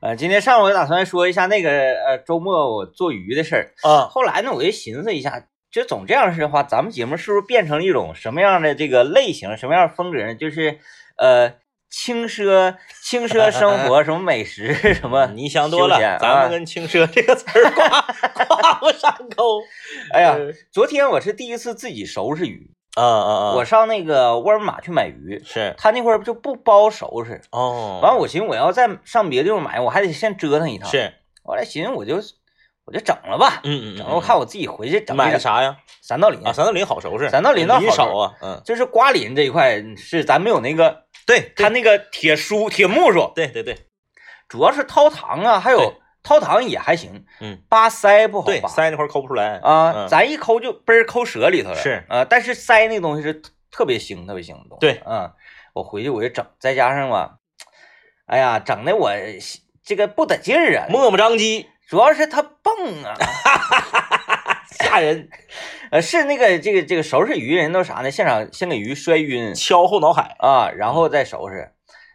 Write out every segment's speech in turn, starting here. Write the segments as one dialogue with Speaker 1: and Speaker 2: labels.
Speaker 1: 呃，今天上午我打算说一下那个呃周末我做鱼的事儿，
Speaker 2: 啊，
Speaker 1: 后来呢我就寻思一下，这总这样式的话，咱们节目是不是变成了一种什么样的这个类型，什么样的风格呢？就是呃轻奢轻奢生活，什么美食，什么
Speaker 2: 嗯你想多了
Speaker 1: 休闲，
Speaker 2: 咱
Speaker 1: 啊
Speaker 2: 们跟轻奢这个词 儿挂挂不上钩。
Speaker 1: 哎呀，
Speaker 2: 嗯
Speaker 1: 昨天我是第一次自己收拾鱼，
Speaker 2: 啊啊啊！
Speaker 1: 我上那个沃尔玛去买鱼，
Speaker 2: 是
Speaker 1: 他那块儿就不包收拾。
Speaker 2: 哦，
Speaker 1: 完，我寻思我要再上别的地方买，我还得先折腾一趟。，
Speaker 2: 是
Speaker 1: 后来寻思我就我就整了吧，
Speaker 2: 嗯嗯，
Speaker 1: 整
Speaker 2: 嗯
Speaker 1: 了我看我自己回去整一整
Speaker 2: 买的啥呀？
Speaker 1: 三道鳞
Speaker 2: 啊，三道鳞好收拾，
Speaker 1: 三道鳞倒好收拾
Speaker 2: 少啊，嗯，
Speaker 1: 就是瓜鳞这一块是咱没有那个，
Speaker 2: 对
Speaker 1: 它那个铁梳铁木梳，
Speaker 2: 对对对
Speaker 1: 主要是掏糖啊，还有
Speaker 2: 对
Speaker 1: 掏糖也还行，
Speaker 2: 嗯，
Speaker 1: 扒腮不好
Speaker 2: 对，
Speaker 1: 扒
Speaker 2: 腮那块儿抠不出来
Speaker 1: 啊，
Speaker 2: 嗯
Speaker 1: 咱一抠就嘣儿抠舌里头了，
Speaker 2: 是
Speaker 1: 啊，但是腮那东西是特特别腥特别腥的东西，
Speaker 2: 对
Speaker 1: 嗯，我回去我就整，再加上吧，哎呀，整的我这个不得劲儿啊，
Speaker 2: 磨磨张机，
Speaker 1: 主要是它蹦啊，
Speaker 2: 吓人，
Speaker 1: 呃，是那个这个这个收拾鱼人都啥呢？现场先给鱼摔晕
Speaker 2: 敲后脑 海，
Speaker 1: 啊，然后再收拾，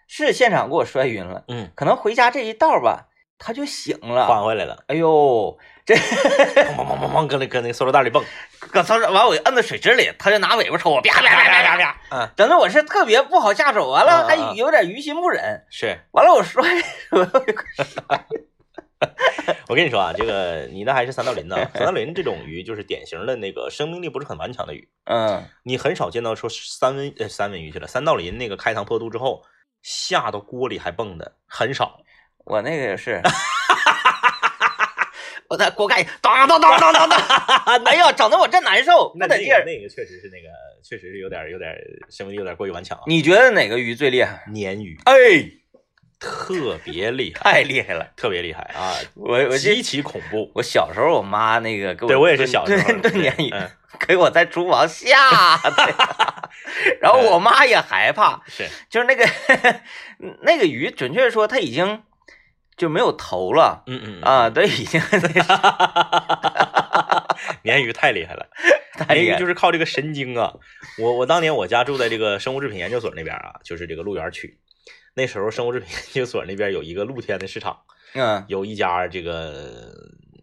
Speaker 1: 是现场给我摔晕了，
Speaker 2: 嗯，
Speaker 1: 可能回家这一道吧，它就醒了，
Speaker 2: 缓回来了，
Speaker 1: 哎呦，这哎
Speaker 2: 砰砰砰砰砰，搁那搁那塑料袋里蹦，
Speaker 1: 搁操场完我就摁到水池里，它就拿尾巴抽我，啪啪啪啪啪嗯啪。
Speaker 2: 嗯，
Speaker 1: 整的我是特别不好下手，完
Speaker 2: 啊啊
Speaker 1: 了
Speaker 2: 啊
Speaker 1: 还有点于心不忍，
Speaker 2: 是
Speaker 1: 完了我摔，
Speaker 2: 我跟你说啊，这个你那还是三道 鳞呢，三道鳞这种鱼就是典型的那个生命力不是很顽强的鱼，
Speaker 1: 嗯，
Speaker 2: 你很少见到说三文呃三文鱼去了，三道鳞那个开膛破肚之后下到锅里还蹦的很少，
Speaker 1: 我那个也是， 我在锅盖当当当当当当， 哎呀，整的我真难受，不
Speaker 2: 那
Speaker 1: 得
Speaker 2: 那
Speaker 1: 劲
Speaker 2: 个
Speaker 1: 儿。
Speaker 2: 那个确实是那个确实是有点有点生命力有点过于顽强啊，
Speaker 1: 你觉得哪个鱼最厉害？
Speaker 2: 鲶鱼
Speaker 1: 哎，
Speaker 2: 特别厉害，
Speaker 1: 太厉害了！
Speaker 2: 特别厉害啊，
Speaker 1: 我我记
Speaker 2: 极其恐怖。
Speaker 1: 我小时候我妈那个给我
Speaker 2: 对我也是小时候
Speaker 1: 炖炖鲶鱼，
Speaker 2: 嗯
Speaker 1: 给我在厨房 吓的，然后我妈也害怕，
Speaker 2: 是
Speaker 1: 就是那个那个鱼，准确说它已经就没有头了。
Speaker 2: 嗯嗯嗯
Speaker 1: 啊，对，已 经
Speaker 2: 鲶鱼太厉害了，
Speaker 1: 太
Speaker 2: 鲶
Speaker 1: 厉
Speaker 2: 鱼
Speaker 1: 害
Speaker 2: 就是靠这个神经啊！我我当年我家住在这个生物制品研究所那边啊，就是这个鹿园区。那时候生物制品研究所那边有一个露天的市场，
Speaker 1: 嗯
Speaker 2: 有一家这个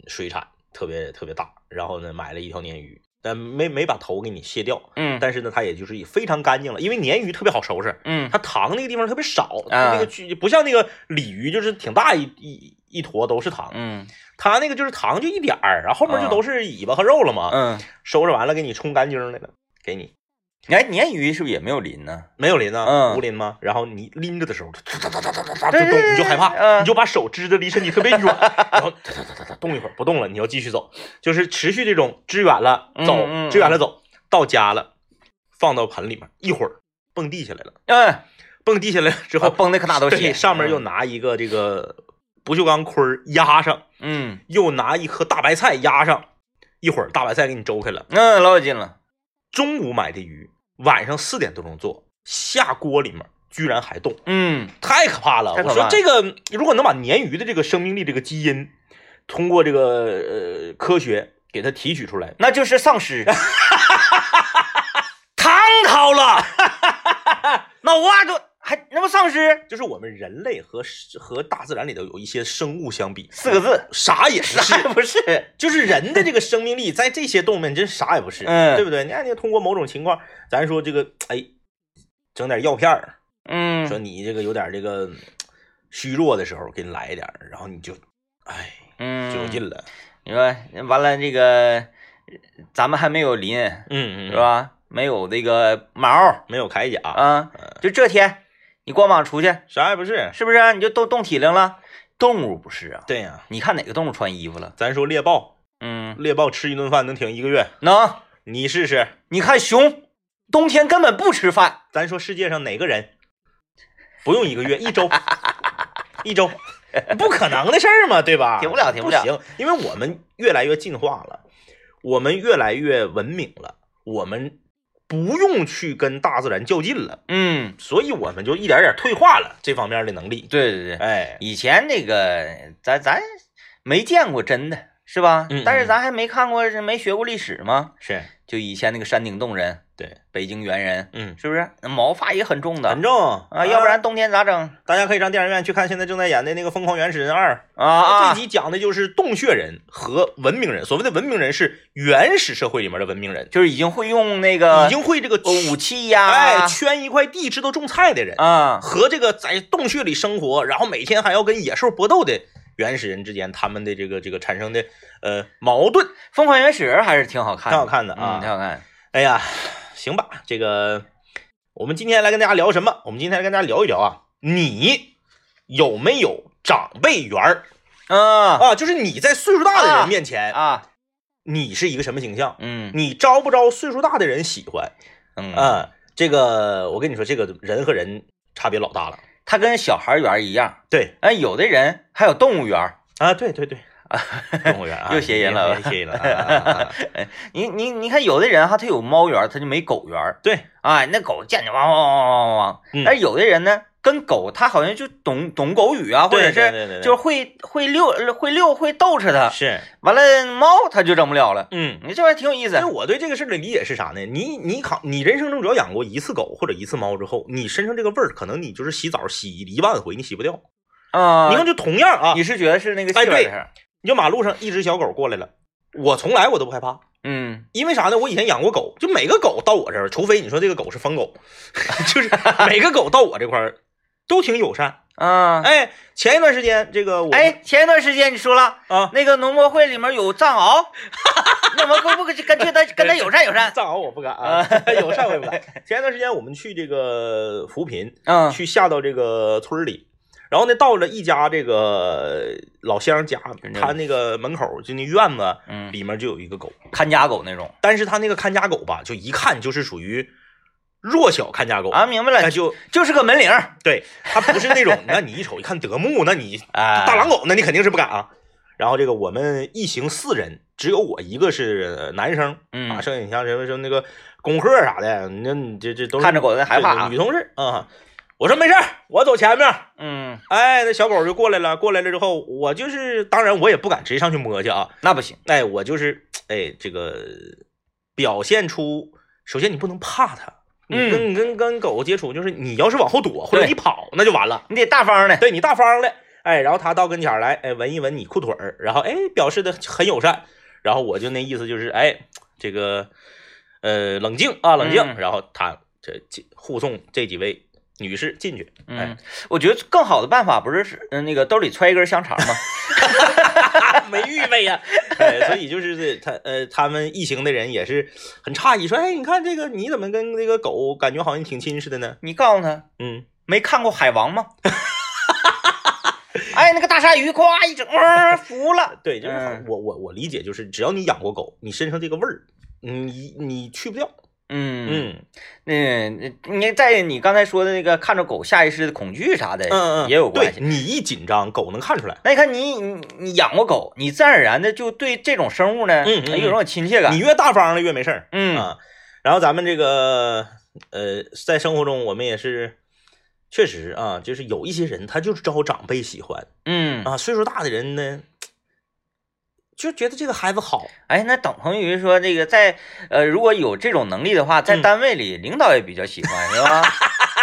Speaker 2: 水产特别特别大，然后呢买了一条鲶鱼，但没没把头给你卸掉，
Speaker 1: 嗯
Speaker 2: 但是呢它也就是非常干净了，因为鲶鱼特别好收拾，
Speaker 1: 嗯
Speaker 2: 它糖那个地方特别少，
Speaker 1: 啊
Speaker 2: 它那个区不像那个鲤鱼就是挺大一一一坨都是糖，
Speaker 1: 嗯
Speaker 2: 它那个就是糖就一点儿，然后后面就
Speaker 1: 啊
Speaker 2: 都是尾巴和肉了嘛。
Speaker 1: 嗯，
Speaker 2: 收拾完了给你冲干净来了，给你
Speaker 1: 你看哎鲶鱼是不是也没有鳞呢？
Speaker 2: 没有鳞啊，
Speaker 1: 嗯
Speaker 2: 无鳞吗？然后你拎着的时候，哒哒哒哒哒哒
Speaker 1: 对
Speaker 2: 就
Speaker 1: 对
Speaker 2: 动，
Speaker 1: 对
Speaker 2: 你就害怕，
Speaker 1: 嗯
Speaker 2: 你就把手支着离身体特 别远，然后哒哒哒哒哒动一会儿不动了，你要继续走，就是持续这种支远了
Speaker 1: 嗯
Speaker 2: 走
Speaker 1: 嗯，
Speaker 2: 支远了走，到家了放到盆里面，一会儿蹦地下来了，
Speaker 1: 嗯，
Speaker 2: 蹦地下来了之后，
Speaker 1: 崩的可大都
Speaker 2: 对
Speaker 1: 血，
Speaker 2: 上面又
Speaker 1: 嗯
Speaker 2: 拿一个这个不锈钢盔儿压上，
Speaker 1: 嗯
Speaker 2: 又拿一颗大白菜压上，一会儿大白菜给你周开了。
Speaker 1: 嗯老有劲了，
Speaker 2: 中午买的鱼，晚上四点多钟做，下锅里面居然还冻，
Speaker 1: 嗯
Speaker 2: 太可怕了！
Speaker 1: 太可怕
Speaker 2: 我说
Speaker 1: 了
Speaker 2: 这个，如果能把鲶鱼的这个生命力、这个基因，通过这个呃科学给它提取出来，
Speaker 1: 那就是丧 尸，
Speaker 2: 唐考了，
Speaker 1: 脑瓜都还那不丧尸
Speaker 2: 就是我们人类和和大自然里头有一些生物相比，
Speaker 1: 四个字，
Speaker 2: 啥也不
Speaker 1: 啥
Speaker 2: 是。
Speaker 1: 也不是，就是
Speaker 2: 是人的这个生命力，在这些动物们真啥也不是，
Speaker 1: 嗯
Speaker 2: 对不对？你看，你通过某种情况，咱说这个，哎，整点药片儿，说
Speaker 1: 嗯
Speaker 2: 你这个有点这个嗯虚弱的时候，给你来一点儿，然后你就，哎，
Speaker 1: 嗯，
Speaker 2: 就有劲了，
Speaker 1: 你说完了这个，咱们还没有鳞
Speaker 2: 嗯
Speaker 1: 是？吧？没有那个毛
Speaker 2: 没有铠甲，
Speaker 1: 啊，就这天你光膀出去，
Speaker 2: 啥也不是。
Speaker 1: 是不是、你就都动体灵了？动物不是啊，
Speaker 2: 对呀、
Speaker 1: 你看哪个动物穿衣服了？
Speaker 2: 咱说猎豹，
Speaker 1: 嗯，
Speaker 2: 猎豹吃一顿饭能挺一个月，
Speaker 1: 能。
Speaker 2: 你试试。
Speaker 1: 你看熊，冬天根本不吃饭，
Speaker 2: 咱说世界上哪个人不用一个月，一周，一周，不可能的事儿嘛，对吧？
Speaker 1: 停不了停不了
Speaker 2: 行，因为我们越来越进化了，我们越来越文明了，我们不用去跟大自然较劲了。
Speaker 1: 嗯，
Speaker 2: 所以我们就一点点退化了这方面的能力。
Speaker 1: 对对对，
Speaker 2: 哎，
Speaker 1: 以前那个咱咱没见过真的，是吧？
Speaker 2: 嗯嗯
Speaker 1: 但是咱还没看过，没学过历史嘛。
Speaker 2: 是
Speaker 1: 就以前那个山顶洞人，
Speaker 2: 对，
Speaker 1: 北京猿人，
Speaker 2: 嗯，
Speaker 1: 是不是？那毛发也很重的
Speaker 2: 很重呃
Speaker 1: 啊，要不然冬天咋整
Speaker 2: 大家可以上电影院去看现在正在演的那个《疯狂原始人二》。
Speaker 1: 啊啊
Speaker 2: 这！集讲的就是洞穴人和文明人。所谓的文明人是原始社会里面的文明人，
Speaker 1: 就是已经会用那个
Speaker 2: 已经会这个
Speaker 1: 呃武器呀，
Speaker 2: 哎圈一块地知道种菜的人，
Speaker 1: 啊，
Speaker 2: 和这个在洞穴里生活，然后每天还要跟野兽搏斗的原始人之间，他们的这个这个产生的呃矛盾。
Speaker 1: 疯狂原始人还是挺好看的，
Speaker 2: 挺好看的啊
Speaker 1: 嗯挺好看。
Speaker 2: 哎呀，行吧，这个我们今天来跟大家聊什么？我们今天来跟大家聊一聊啊，你有没有长辈缘儿
Speaker 1: 嗯
Speaker 2: 啊？就是你在岁数大的人面前，
Speaker 1: 啊，
Speaker 2: 你是一个什么形象？
Speaker 1: 嗯
Speaker 2: 你招不招岁数大的人喜欢？
Speaker 1: 嗯，
Speaker 2: 啊、这个我跟你说，这个人和人差别老大了。
Speaker 1: 它跟小孩园一样，
Speaker 2: 对
Speaker 1: 哎，有的人还有动物园。
Speaker 2: 啊，对对对，动物园啊，
Speaker 1: 又谐音了
Speaker 2: 又 谐音了。啊啊啊啊
Speaker 1: 你你你看，有的人哈，他有猫园，他就没狗园。
Speaker 2: 对，
Speaker 1: 哎，那狗见你汪汪汪汪汪汪
Speaker 2: 嗯。
Speaker 1: 但是有的人呢，跟狗他好像就懂懂狗语啊，或者
Speaker 2: 对对
Speaker 1: 是
Speaker 2: 对对对
Speaker 1: 就是会会溜会溜会逗着它。
Speaker 2: 是，
Speaker 1: 完了，猫它就整不了了。
Speaker 2: 嗯。
Speaker 1: 你这玩意儿挺有意思啊
Speaker 2: 因为。我对这个事儿的理解是啥呢？你你考你人生中只要养过一次狗或者一次猫之后，你身上这个味儿，可能你就是洗澡洗一万回你洗不掉。
Speaker 1: 啊，
Speaker 2: 你看，就同样啊，
Speaker 1: 你是觉得是那个
Speaker 2: 哎
Speaker 1: 气味
Speaker 2: 对
Speaker 1: 儿？
Speaker 2: 你就马路上一只小狗过来了，我从来我都不害怕，
Speaker 1: 嗯，
Speaker 2: 因为啥呢？我以前养过狗，就每个狗到我这儿，除非你说这个狗是疯狗， 就是每个狗到我这块儿都挺友善。
Speaker 1: 啊，
Speaker 2: 哎，前一段时间这个我
Speaker 1: 哎，前一段时间你说了
Speaker 2: 啊
Speaker 1: 那个农博会里面有藏 獒，那我们不不干脆他跟他友善友善。
Speaker 2: 藏獒我不敢啊，
Speaker 1: 嗯
Speaker 2: 友善我也不敢。前一段时间我们去这个扶贫，
Speaker 1: 嗯
Speaker 2: 去下到这个村儿里，然后呢到了一家这个老乡家，他那个门口就那院子
Speaker 1: 嗯，
Speaker 2: 里面就有一个狗，
Speaker 1: 看家狗那种
Speaker 2: 但是他那个看家狗吧，就一看就是属于弱小看家狗，
Speaker 1: 啊，明白
Speaker 2: 那
Speaker 1: 了，
Speaker 2: 就
Speaker 1: 就是个门铃儿。
Speaker 2: 对，它不是 那种，那你一瞅一看德牧，那你
Speaker 1: 啊，
Speaker 2: 大狼狗，那你肯定是不敢啊。然后这个我们一行四人，只有我一个是男生
Speaker 1: 嗯
Speaker 2: 啊，剩下你像什么什么那个功课啥的，那你这这都是
Speaker 1: 看着狗那害怕啊
Speaker 2: 对女同事啊。我说没事儿，我走前面。
Speaker 1: 嗯，
Speaker 2: 哎，那小狗就过来了，过来了之后，我就是当然我也不敢直接上去摸去啊，
Speaker 1: 那不行，
Speaker 2: 哎，我就是哎，这个表现出，首先你不能怕它，你
Speaker 1: 嗯
Speaker 2: 跟、跟跟狗接触，就是你要是往后躲或者
Speaker 1: 对
Speaker 2: 你跑，那就完了，
Speaker 1: 你得大方的。
Speaker 2: 对你大方的，哎，然后它到跟前儿来，哎，闻一闻你裤腿儿，然后哎，表示的很友善，然后我就那意思就是，哎，这个呃，冷静啊，冷静，
Speaker 1: 嗯
Speaker 2: 然后他这这护送这几位女士进去，
Speaker 1: 嗯，我觉得更好的办法不是是呃那个兜里揣一根香肠 吗？
Speaker 2: 没预备呀、 哎，所以就是这他呃，他们一行的人也是很诧异，说：“哎，你看这个你怎么跟这个狗感觉好像挺亲似的呢
Speaker 1: 你告诉他？”
Speaker 2: 嗯，
Speaker 1: 没看过《海王》吗？ 哎，那个大鲨鱼咵一整，哇服了。
Speaker 2: 对，就是好
Speaker 1: 嗯
Speaker 2: 我我我理解就是，只要你养过狗，你身上这个味儿，你你去不掉。
Speaker 1: 嗯
Speaker 2: 嗯
Speaker 1: 嗯，你在你刚才说的那个看着狗下意识的恐惧啥的，
Speaker 2: 嗯嗯，
Speaker 1: 也有关系。
Speaker 2: 对你一紧张，狗能看出来。
Speaker 1: 那你看你你你养过狗，你自然而然的就对这种生物呢，哎
Speaker 2: 嗯嗯嗯
Speaker 1: 有种亲切感
Speaker 2: 你。越大方了越没事儿
Speaker 1: 嗯
Speaker 2: 啊。然后咱们这个呃，在生活中我们也是。确实啊，就是有一些人他就是招长辈喜欢
Speaker 1: 嗯，
Speaker 2: 啊，岁数大的人呢，就觉得这个孩子好，
Speaker 1: 哎，那等同于说这个在呃，如果有这种能力的话，在
Speaker 2: 嗯
Speaker 1: 单位里领导也比较喜欢，是 吧？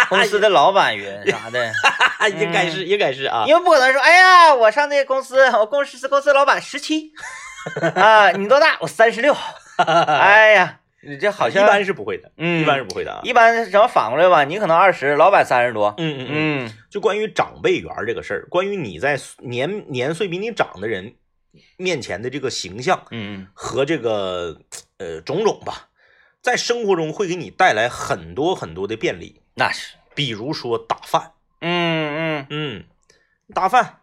Speaker 1: 公司的老板也啥的，
Speaker 2: 啊， 应该是应该是啊，
Speaker 1: 因为不可能说，哎呀，我上那个公司， 我公司公司老板十 七啊，你多大？我三十 六。哎呀，你这好
Speaker 2: 一
Speaker 1: 像
Speaker 2: 般是不会的，
Speaker 1: 嗯
Speaker 2: 一般是不会的啊。
Speaker 1: 一般怎么反过来吧？你可能二十，老板三十多。
Speaker 2: 嗯嗯嗯，
Speaker 1: 嗯
Speaker 2: 就关于长辈缘儿这个事儿，关于你在年年岁比你长的人面前的这个形象
Speaker 1: 嗯
Speaker 2: 和这个呃种种吧，在生活中会给你带来很多很多的便利，
Speaker 1: 那是。
Speaker 2: 比如说打饭，
Speaker 1: 嗯
Speaker 2: 嗯，打饭，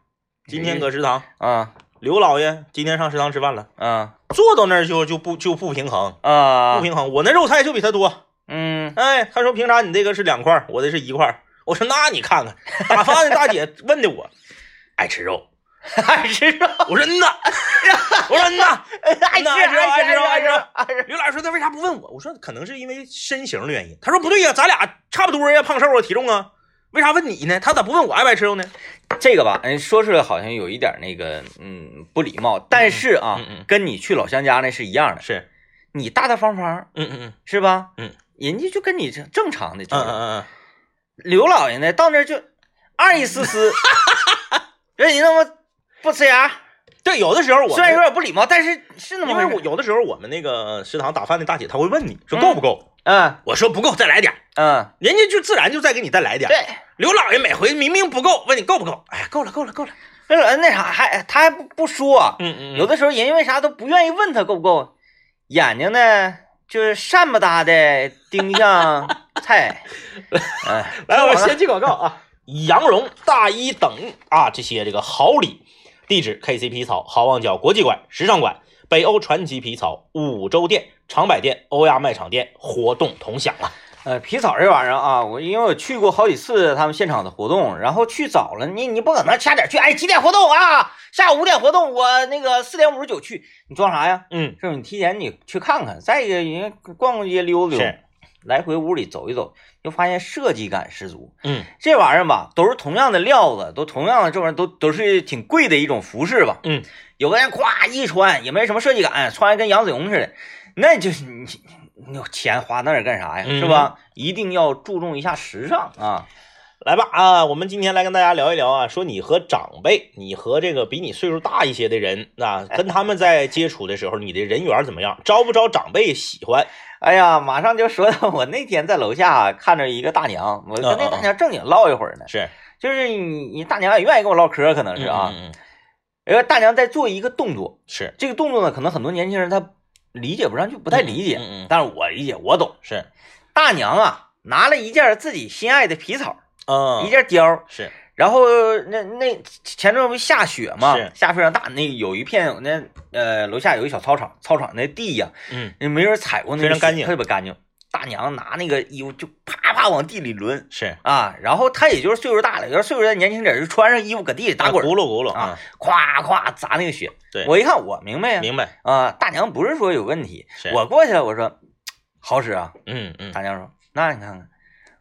Speaker 2: 今天搁食堂，
Speaker 1: 嗯啊
Speaker 2: 刘老爷今天上食堂吃饭了，
Speaker 1: 啊
Speaker 2: 坐到那儿就就不就不平衡，
Speaker 1: 啊
Speaker 2: 不！平衡，我那肉菜就比他多，
Speaker 1: 嗯
Speaker 2: 哎，他说凭啥你这个是两块儿，我的是一块儿？我说那你看看，打饭的大姐问的我， 爱吃肉。
Speaker 1: 爱吃肉，
Speaker 2: 我说嗯呐， 我说嗯呐。
Speaker 1: 爱吃
Speaker 2: 那爱吃肉
Speaker 1: 爱吃
Speaker 2: 爱吃肉
Speaker 1: 爱吃肉。
Speaker 2: 刘老师说他为啥不问我？我说可能是因为身形的原因。他说不对呀、咱俩差不多呀，胖瘦啊，体重啊，为啥问你呢？他咋不问我爱不爱吃肉呢？
Speaker 1: 这个吧，哎，说出来好像有一点那个，嗯，不礼貌。但是啊，
Speaker 2: 嗯嗯嗯
Speaker 1: 跟你去老乡家那是一样的。
Speaker 2: 是
Speaker 1: 你大大方方
Speaker 2: 嗯嗯
Speaker 1: 是吧？
Speaker 2: 嗯，
Speaker 1: 人家就跟你正正常的
Speaker 2: 嗯
Speaker 1: 交
Speaker 2: 嗯
Speaker 1: 流。
Speaker 2: 嗯
Speaker 1: 刘老爷呢，到那儿就二一丝 丝，人家那么不呲牙，
Speaker 2: 嗯，对，有的时候我
Speaker 1: 虽然有点不礼貌，但是是那么
Speaker 2: 因
Speaker 1: 回
Speaker 2: 为
Speaker 1: 事。
Speaker 2: 我有的时候我们那个食堂打饭的大姐她会问你说够不够，
Speaker 1: 嗯
Speaker 2: 我说不够再来点儿，
Speaker 1: 嗯，
Speaker 2: 人家就自然就再给你再来点儿。
Speaker 1: 对，
Speaker 2: 刘老爷每回明明不够，问你够不够，哎呀够了够了够了，
Speaker 1: 那老那啥还他还不不说，
Speaker 2: 嗯嗯
Speaker 1: 有
Speaker 2: 有的
Speaker 1: 的时候人因为啥都不愿意问他够不够，眼睛呢就是善不搭的盯向 菜，哎，
Speaker 2: 来
Speaker 1: 听
Speaker 2: 我
Speaker 1: 完了
Speaker 2: 先去广告啊，羊绒大一等啊这些这个好礼，地址 KCP 草好望角国际馆时尚馆。北欧传奇皮草五洲店、长百店、欧亚卖场店活动同享啊！
Speaker 1: 呃，皮草这玩意儿啊，我因为我去过好几次他们现场的活动，然后去早了，你你不可能掐点去，哎，几点活动啊？下午五点活动，我那个四点五十九去，你装啥呀？
Speaker 2: 嗯，
Speaker 1: 这种你提前你去看看，再一个人家逛逛街溜达溜达
Speaker 2: 是，
Speaker 1: 来回屋里走一走，就发现设计感十足。
Speaker 2: 嗯
Speaker 1: 这玩意儿吧，都是同样的料子，都同样的这玩意儿都都是挺贵的一种服饰吧。
Speaker 2: 嗯，
Speaker 1: 有的人夸一穿也没什么设计感，穿得跟杨子荣似的，那就是你你有钱花那儿干啥呀？
Speaker 2: 嗯
Speaker 1: 是吧？一定要注重一下时尚啊。
Speaker 2: 来吧啊，我们今天来跟大家聊一聊啊，说你和长辈，你和这个比你岁数大一些的人，那、跟他们在接触的时候，你的人缘怎么样？招不招长辈喜欢？
Speaker 1: 哎呀，马上就说到我那天在楼下、看着一个大娘，我
Speaker 2: 啊
Speaker 1: 跟那大娘正经唠一会儿呢，
Speaker 2: 是
Speaker 1: 就是你你大娘也愿意跟我唠嗑，可能是
Speaker 2: 是
Speaker 1: 啊
Speaker 2: 啊，，嗯嗯
Speaker 1: 然后大娘在做一个动作，
Speaker 2: 是
Speaker 1: 这个动作呢，可能很多年轻人他理解不上，就不太理解。
Speaker 2: 嗯嗯嗯
Speaker 1: 但是我理解，我懂。
Speaker 2: 是，
Speaker 1: 大娘啊，拿了一件自己心爱的皮草，一
Speaker 2: 嗯，
Speaker 1: 件貂儿，
Speaker 2: 是
Speaker 1: 然后那那前阵不下雪嘛
Speaker 2: 是，
Speaker 1: 下非常大，那有一片那呃楼下有一小操场，操场那地呀、
Speaker 2: 嗯
Speaker 1: 那没人踩过，那个
Speaker 2: 非常干净
Speaker 1: 雪特别干净。大娘拿那个衣服就啪啪往地里抡
Speaker 2: 是
Speaker 1: 啊，然后她也就是岁数大了，有点岁数再年轻点儿就穿上衣服搁地里打滚儿，
Speaker 2: 咕噜咕噜
Speaker 1: 啊，咵咵砸那个雪。
Speaker 2: 对
Speaker 1: 我一看我明白呀、
Speaker 2: 明白？
Speaker 1: 啊，大娘不是说有问题，
Speaker 2: 是
Speaker 1: 我过去了，我说好使啊。
Speaker 2: 嗯嗯
Speaker 1: 大娘说，那你看看，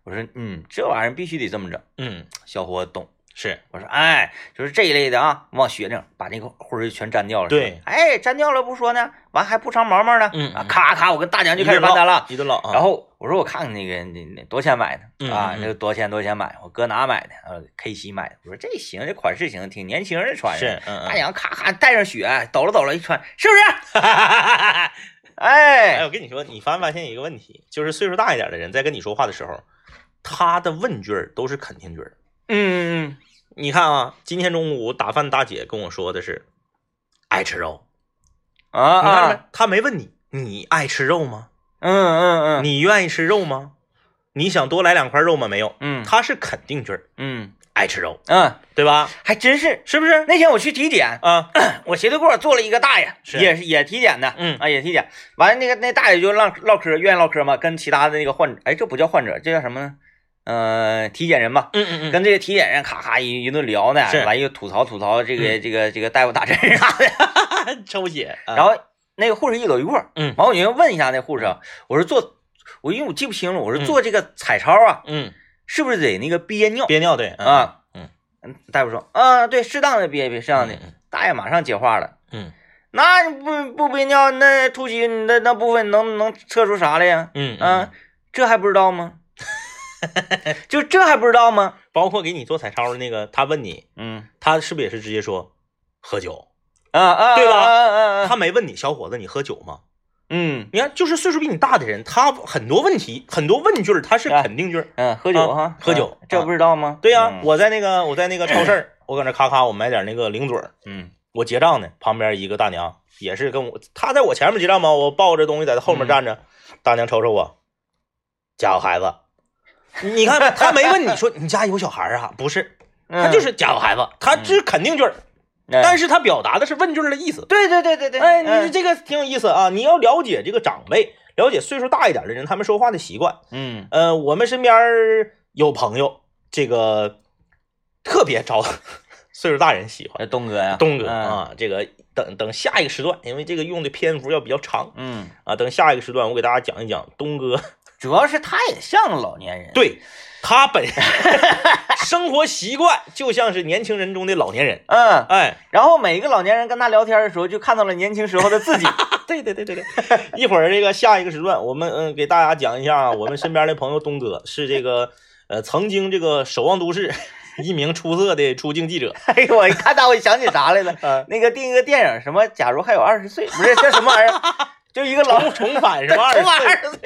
Speaker 1: 我说嗯，这玩意儿必须得这么整。
Speaker 2: 嗯，
Speaker 1: 小伙子懂，
Speaker 2: 是
Speaker 1: 我说哎，就是这一类的啊，往雪上把那个灰儿全粘掉了。
Speaker 2: 对
Speaker 1: 是吧，哎，粘掉了不说呢，完还不伤毛毛呢。
Speaker 2: 嗯
Speaker 1: 啊，
Speaker 2: 嗯
Speaker 1: 咔咔，我跟大娘就
Speaker 2: 一
Speaker 1: 开始
Speaker 2: 顿
Speaker 1: 翻
Speaker 2: 唠
Speaker 1: 单了。
Speaker 2: 一顿唠啊，
Speaker 1: 然后我说我看看那个那那多少钱买的
Speaker 2: 嗯
Speaker 1: 啊？
Speaker 2: 嗯嗯
Speaker 1: 那个多少钱多少钱买？我搁哪买的？呃，K 西买的。我说这行，这款式行，挺年轻人穿
Speaker 2: 是
Speaker 1: 的。
Speaker 2: 嗯
Speaker 1: 大
Speaker 2: 嗯，
Speaker 1: 娘咔咔带上雪，抖了抖了，一穿是不是？
Speaker 2: 哎，
Speaker 1: 哎，
Speaker 2: 我跟你说，你发没发现一个问题，就是岁数大一点的人在跟你说话的时候，他的问句儿都是肯定句儿。
Speaker 1: 嗯，
Speaker 2: 你看啊，今天中午打饭大姐跟我说的是爱吃肉，
Speaker 1: 啊
Speaker 2: 你看着
Speaker 1: 啊，
Speaker 2: 没？她没问你你爱吃肉吗？
Speaker 1: 嗯嗯嗯
Speaker 2: 你愿意吃肉吗？你想多来两块肉吗？没有，
Speaker 1: 嗯
Speaker 2: 她是肯定句儿，
Speaker 1: 嗯
Speaker 2: 爱吃肉，
Speaker 1: 嗯，
Speaker 2: 对吧？
Speaker 1: 还真是。
Speaker 2: 是不是？
Speaker 1: 那天我去体检，
Speaker 2: 啊，
Speaker 1: 我斜对过做了一个大爷，
Speaker 2: 是
Speaker 1: 也是也体检的，
Speaker 2: 嗯
Speaker 1: 啊也体检。完了那个那大爷就唠唠嗑，愿意唠嗑嘛，跟其他的那个患者，哎这不叫患者，这叫什么呢？呃，体检人吧。
Speaker 2: 嗯 嗯嗯，
Speaker 1: 跟这个体检人咔咔一一顿聊呢
Speaker 2: 是，嗯
Speaker 1: 完又吐槽吐槽这个这个这个大夫打针 啥的，
Speaker 2: 抽血，
Speaker 1: 然后那个护士一走一过，
Speaker 2: 嗯
Speaker 1: 完我就问一下那护士啊，我说做，我因为我记不清了，我说
Speaker 2: 嗯
Speaker 1: 做这个彩超啊，
Speaker 2: 嗯，
Speaker 1: 是不是得那个憋尿？
Speaker 2: 憋尿对，
Speaker 1: 啊
Speaker 2: 嗯
Speaker 1: 嗯，大夫说啊，对，适当的憋一憋，适当的。
Speaker 2: 嗯
Speaker 1: 大爷马上接话了，
Speaker 2: 嗯
Speaker 1: 那你不不憋尿，那突袭你的那部分能能测出啥来呀？
Speaker 2: 嗯
Speaker 1: 啊，，这还不知道吗？ 就这还不知道吗？
Speaker 2: 包括给你做彩超的那个，他问你，
Speaker 1: 嗯
Speaker 2: 他是不是也是直接说喝酒？
Speaker 1: 啊啊，
Speaker 2: 对吧
Speaker 1: 啊啊啊，
Speaker 2: 他没问你小伙子你喝酒吗？
Speaker 1: 嗯
Speaker 2: 你看，就是岁数比你大的人，他很多问题、很多问句儿，他是肯定句儿。
Speaker 1: 嗯，喝酒
Speaker 2: 啊
Speaker 1: 哈，
Speaker 2: 喝酒
Speaker 1: 嗯这
Speaker 2: 啊
Speaker 1: 不知道吗？
Speaker 2: 对呀、
Speaker 1: 嗯
Speaker 2: 我在那个我在那个超市儿，我搁那咔咔，我买点那个零嘴儿，
Speaker 1: 嗯
Speaker 2: 我结账呢，旁边一个大娘也是跟我，她在我前面结账嘛，我抱着东西在她后面站着，大娘瞅瞅我，家有孩子，你看她没问你说你家有小孩啊，不是，
Speaker 1: 嗯，
Speaker 2: 她就是家有孩子，嗯她这是肯定句儿，
Speaker 1: 哎，
Speaker 2: 但是她表达的是问句儿的意思。
Speaker 1: 对对对对对，
Speaker 2: 哎，
Speaker 1: 嗯
Speaker 2: 你这个挺有意思啊！你要了解这个长辈，了解岁数大一点的人他们说话的习惯。
Speaker 1: 嗯
Speaker 2: 呃，我们身边儿有朋友，这个特别招 岁数大人喜欢，
Speaker 1: 哎东哥呀，
Speaker 2: 东哥
Speaker 1: 嗯，
Speaker 2: 啊，这个等等下一个时段，因为这个用的篇幅要比较长
Speaker 1: 嗯，
Speaker 2: 啊，等下一个时段我给大家讲一讲东哥，
Speaker 1: 主要是他也像个老年人，
Speaker 2: 对他本 生活习惯就像是年轻人中的老年人，
Speaker 1: 嗯，
Speaker 2: 哎，
Speaker 1: 然后每一个老年人跟他聊天的时候，就看到了年轻时候的自己。
Speaker 2: 对对对对对， 一会儿这个下一个时段，我们嗯给大家讲一下啊，我们身边的朋友 东哥是这个呃曾经这个《守望都市》 一名出色的出境记者，
Speaker 1: 哎呦，我一看到我想起啥来了，
Speaker 2: 嗯、
Speaker 1: 那个另一个电影什么，假如还有二十岁，不是这什么玩意儿， 就一个老
Speaker 2: 重重返是吧？
Speaker 1: 对
Speaker 2: 二
Speaker 1: 重
Speaker 2: 十
Speaker 1: 返
Speaker 2: 岁
Speaker 1: 二十岁。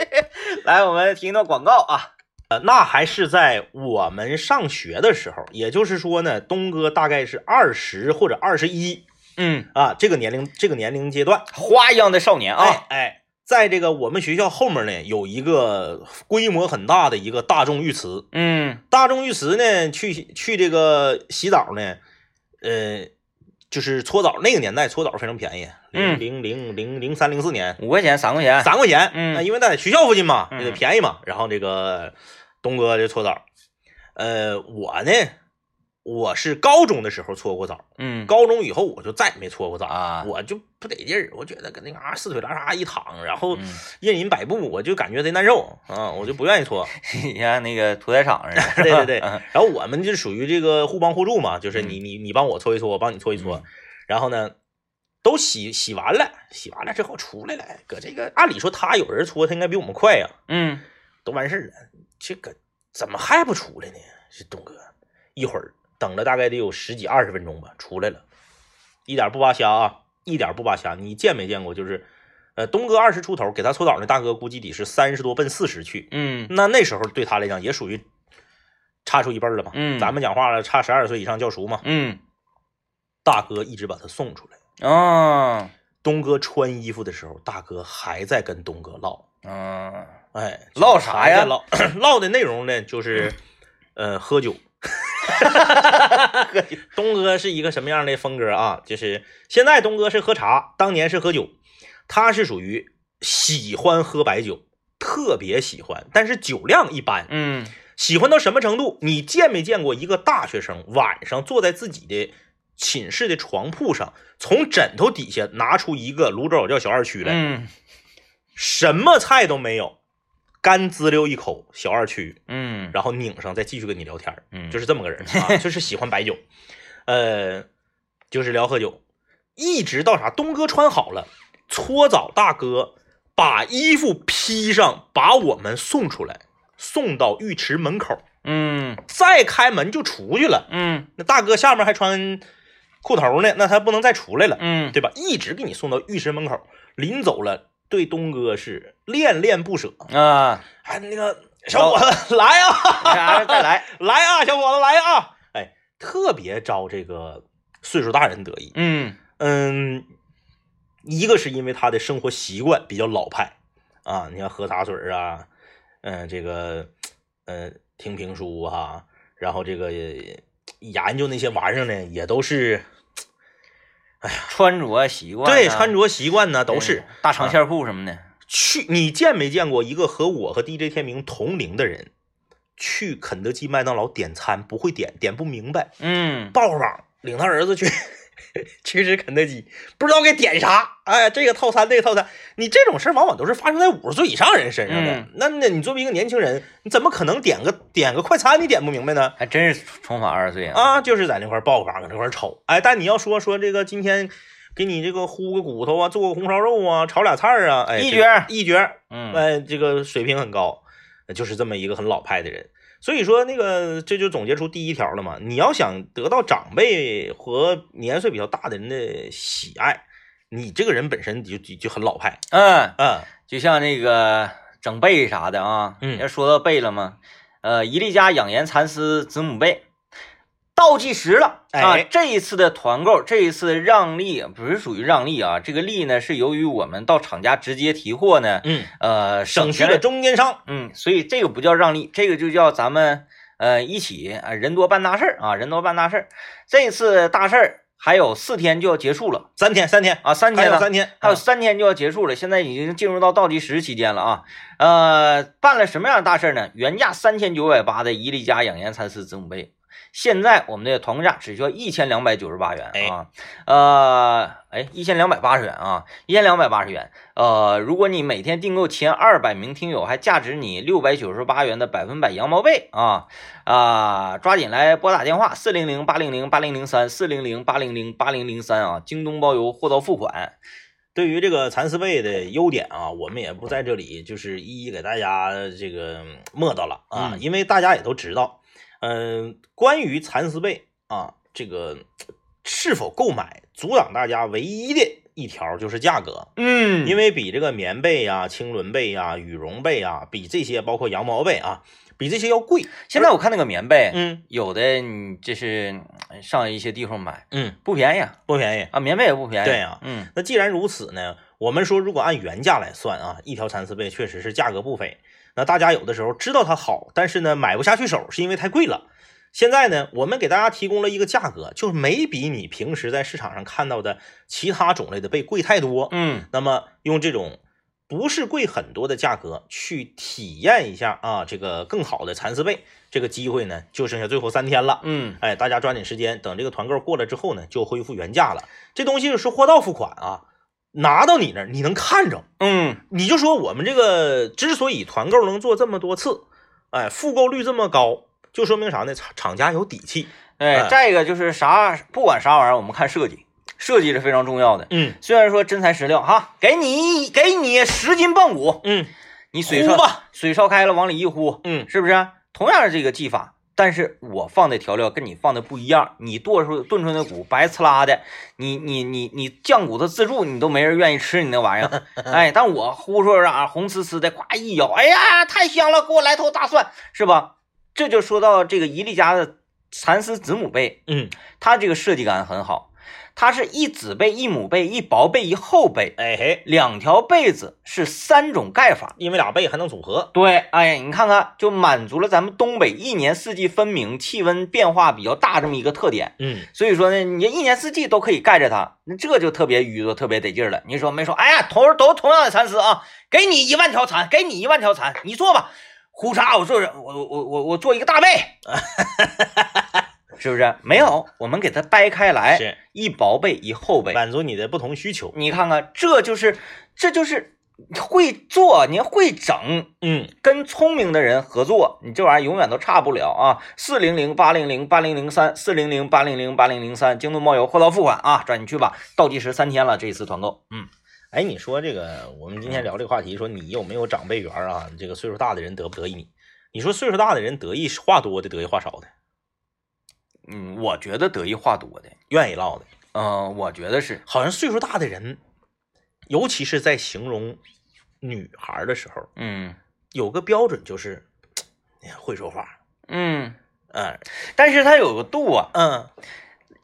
Speaker 1: 来，我们听一段广告啊，
Speaker 2: 呃，那还是在我们上学的时候，也就是说呢，东哥大概是二十或者二十一
Speaker 1: 嗯，
Speaker 2: 啊这个年龄这个年龄阶段
Speaker 1: 花样的少年啊，
Speaker 2: 哎哎，在这个我们学校后面呢有一个规模很大的一个大众浴池，
Speaker 1: 嗯
Speaker 2: 大众浴池呢，去去这个洗澡呢，呃，就是搓澡，那个年代搓澡非常便宜，零
Speaker 1: 嗯
Speaker 2: 零零零零三零四年，
Speaker 1: 五块钱三块钱，
Speaker 2: 三块钱，
Speaker 1: 嗯
Speaker 2: 那因为在学校附近嘛，
Speaker 1: 嗯
Speaker 2: 也得便宜嘛。然后这个东哥就搓澡，呃，我呢，我是高中的时候搓过澡，
Speaker 1: 嗯
Speaker 2: 高中以后我就再也没搓过澡
Speaker 1: 啊
Speaker 2: 我就不得劲儿，我觉得搁那嘎、四腿拉碴一躺，然后
Speaker 1: 嗯
Speaker 2: 任饮百步，我就感觉贼难受啊，我就不愿意搓。
Speaker 1: 像那个屠宰场似的，
Speaker 2: 对 对对，
Speaker 1: 嗯
Speaker 2: 然后我们就属于这个互帮互助嘛，就是你你你帮我搓一搓，我帮你搓一搓，然后呢，都洗洗完了，洗完了之后出来了，搁这个按理说他有人搓，他应该比我们快呀、
Speaker 1: 嗯，
Speaker 2: 都完事儿了，这个怎么还不出来呢？是东哥，一会儿等了大概得有十几二十分钟吧，出来了，一点不扒瞎啊，一点不扒瞎，你见没见过？就是，呃，东哥二十出头，给他搓澡那大哥估计得是三十多奔四十去，
Speaker 1: 嗯
Speaker 2: 那那时候对他来讲也属于差出一辈儿了嘛。
Speaker 1: 嗯
Speaker 2: 咱们讲话了，差十二岁以上叫叔嘛。
Speaker 1: 嗯
Speaker 2: 大哥一直把他送出来。
Speaker 1: 哦
Speaker 2: 东哥穿衣服的时候，大哥还在跟东哥唠，
Speaker 1: 嗯
Speaker 2: 哎，
Speaker 1: 唠啥呀
Speaker 2: 还在唠 唠的内容呢，就是呃，喝 酒。 东哥是一个什么样的风格啊？就是现在东哥是喝茶，当年是喝酒，他是属于喜欢喝白酒，特别喜欢，但是酒量一般。
Speaker 1: 嗯
Speaker 2: 喜欢到什么程度？你见没见过一个大学生晚上坐在自己的寝室的床铺上，从枕头底下拿出一个泸州老窖小二曲来，
Speaker 1: 嗯
Speaker 2: 什么菜都没有，干滋溜一口小二曲，
Speaker 1: 嗯
Speaker 2: 然后拧上再继续跟你聊天儿，
Speaker 1: 嗯，
Speaker 2: 就是是这么个人 啊，就是喜欢白酒，呃，就是聊喝酒，一直到啥东哥穿好了，搓澡大哥把衣服披上，把我们送出来，送到浴池门口。
Speaker 1: 嗯
Speaker 2: 再开门就出去了。
Speaker 1: 嗯
Speaker 2: 那大哥下面还穿裤头呢，那他不能再出来了，
Speaker 1: 嗯
Speaker 2: 对吧？一直给你送到浴室门口，临走了，对东哥是恋恋不舍。
Speaker 1: 啊，
Speaker 2: 哎，那个小伙子 来啊，
Speaker 1: 啥时候再来？
Speaker 2: 来啊，小伙子来啊！哎，特别招这个岁数大人得意。
Speaker 1: 嗯
Speaker 2: 嗯，一个是因为他的生活习惯比较老派啊，你看喝茶水儿啊，嗯、这个呃听评书啊，然后这个呃研究那些玩意儿呢，也都是
Speaker 1: 穿着习惯啊，啊
Speaker 2: 对穿着习惯呢都是
Speaker 1: 嗯大长线裤什么的，
Speaker 2: 去。你见没见过一个和我和 DJ 天明同龄的人去肯德基、麦当劳点餐不会点，点不明白，
Speaker 1: 嗯
Speaker 2: 抱着膀领他儿子去 去吃肯德基，不知道该点啥。哎，这个套餐，这个套餐，你这种事儿往往都是发生在五十岁以上人身上的
Speaker 1: 嗯。
Speaker 2: 那那你作为一个年轻人，你怎么可能点个点个快餐你点不明白呢？
Speaker 1: 还真是重返二十岁啊，
Speaker 2: 啊，就是在那块儿抱着膀搁那块儿瞅。哎，但你要说说这个今天给你这个烀个骨头啊，做个红烧肉啊，炒俩菜儿啊，哎，
Speaker 1: 一
Speaker 2: 这个
Speaker 1: 绝儿
Speaker 2: 一绝儿，
Speaker 1: 嗯
Speaker 2: 哎，这个水平很高，呃就是这么一个很老派的人。所以说，那个这就总结出第一条了嘛。你要想得到长辈和年岁比较大的人的喜爱，你这个人本身就就就很老派。
Speaker 1: 嗯，
Speaker 2: 嗯
Speaker 1: 就像那个整被啥的啊，
Speaker 2: 嗯
Speaker 1: 要说到被了嘛，呃，伊利家养颜蚕丝子母被倒计时了啊！
Speaker 2: 哎
Speaker 1: 这一次的团购，这一次的让利不是属于让利啊，这个利呢是由于我们到厂家直接提货呢，
Speaker 2: 嗯，
Speaker 1: 呃，
Speaker 2: 省
Speaker 1: 省
Speaker 2: 去
Speaker 1: 下
Speaker 2: 了
Speaker 1: 来，
Speaker 2: 中间商。
Speaker 1: 嗯，所以这个不叫让利，这个就叫咱们呃一起啊，人多办大事儿啊，人多办大事儿。这次大事儿还有四天就要结束了
Speaker 2: 三天，三天，
Speaker 1: 啊，三
Speaker 2: 还
Speaker 1: 天
Speaker 2: 有
Speaker 1: 了，
Speaker 2: 三天，
Speaker 1: 还有三天就要结束了，现在已经进入到倒计时期间了啊。呃，办了什么样的大事呢？原价三千九百八的伊利家养颜蚕丝子母被，现在我们的团购价只需要一千两百九十八元啊。呃，哎，一千两百八十元啊，一千两百八十元。呃，如果你每天订购前二百名听友，还价值你六百九十八元的百分百羊毛被啊啊、抓紧来拨打电话四零零八零零八零零三四零零八零零八零零三啊，京东包邮，货到付款。
Speaker 2: 对于这个蚕丝被的优点啊，我们也不在这里就是一一给大家这个磨叨了啊，
Speaker 1: 嗯
Speaker 2: 因为大家也都知道，嗯、关于蚕丝被啊，这个是否购买，阻挡大家唯一的一条就是价格，
Speaker 1: 嗯
Speaker 2: 因
Speaker 1: 为
Speaker 2: 为比这个棉被啊、青纶被啊、羽绒被啊，比这些包括羊毛被啊，比这些要贵。
Speaker 1: 现在我看那个棉被，
Speaker 2: 嗯
Speaker 1: 有的你就是嗯上一些地方买
Speaker 2: 嗯，
Speaker 1: 不便宜啊，
Speaker 2: 不便宜。
Speaker 1: 啊棉被也不便宜。
Speaker 2: 对呀
Speaker 1: 嗯
Speaker 2: 那既然如此呢，我们说如果按原价来算啊，一条蚕丝被确实是价格不菲。那大家有的时候知道它好，但是呢买不下去手，是因为太贵了。现在呢，我们给大家提供了一个价格，就是没比你平时在市场上看到的其他种类的被贵太多。
Speaker 1: 嗯，
Speaker 2: 那么用这种不是贵很多的价格去体验一下啊，这个更好的蚕丝被，这个机会呢就剩下最后三天了。
Speaker 1: 嗯，
Speaker 2: 哎，大家抓紧时间，等这个团购过了之后呢，就恢复原价了。这东西是货到付款啊，拿到你那儿你能看着，
Speaker 1: 嗯，
Speaker 2: 你就说我们这个之所以团购能做这么多次，哎，复购率这么高，就说明啥呢？厂厂家有底气。
Speaker 1: 对
Speaker 2: 哎。
Speaker 1: 再一个就是啥，不管啥玩意儿，我们看设计，设计是非常重要的。
Speaker 2: 嗯
Speaker 1: 虽然说真材实料哈，给你给你十斤棒骨，
Speaker 2: 嗯，
Speaker 1: 你水
Speaker 2: 呼
Speaker 1: 烧
Speaker 2: 吧，
Speaker 1: 水烧开了往里一呼，
Speaker 2: 嗯
Speaker 1: 是不是、同样是这个技法，但是我放的调料跟你放的不一样，你剁出炖出那骨白呲啦的，你你你你酱骨头自助你都没人愿意吃你那玩意儿，哎，但我呼说啊红呲呲的，咵一咬，哎呀太香了，给我来头大蒜，是吧？这就说到这个伊利家的蚕丝子母被，
Speaker 2: 嗯，
Speaker 1: 它这个设计感很好，它是一子被、一母被、一薄被、一厚被，
Speaker 2: 哎嘿，
Speaker 1: 两条被子是三种盖法。
Speaker 2: 因为俩被还能组合。
Speaker 1: 对，哎，你看看，就满足了咱们东北一年四季分明、气温变化比较大这么一个特点。
Speaker 2: 嗯
Speaker 1: 所以说呢，你一年四季都可以盖着它，那这就特别娱乐，特别得劲儿了。你说没说？哎呀，同都同样的蚕丝啊，给你一万条蚕，给你一万条蚕，你做吧。胡茬，我做人，我我我我我做一个大被， 是不是？没有，我们给它掰开来，
Speaker 2: 是
Speaker 1: 一薄被一厚被，
Speaker 2: 哎满足你的不同需求。
Speaker 1: 你看看，这就是这就是会做，你会整，
Speaker 2: 嗯，
Speaker 1: 跟聪明的人合作，你这玩意儿永远都差不了啊！四零零八零零八零零三，四零零八零零八零零三，京东猫油货到付款啊，抓紧去吧，倒计时三天了，这一次团购，嗯
Speaker 2: 哎，你说这个，我们今天聊这个话题，说你有没有长辈缘儿啊？这个岁数大的人得不得意你？你说岁数大的人得意是话多的，得意话少的，
Speaker 1: 嗯，我觉得得意话多的，
Speaker 2: 愿意唠的，
Speaker 1: 嗯、我觉得是，
Speaker 2: 好像岁数大的人，尤其是在形容女孩儿的时候，
Speaker 1: 嗯
Speaker 2: 有个标准就是，哎呀会说话。
Speaker 1: 嗯，
Speaker 2: 嗯
Speaker 1: 但是它有个度啊
Speaker 2: 嗯，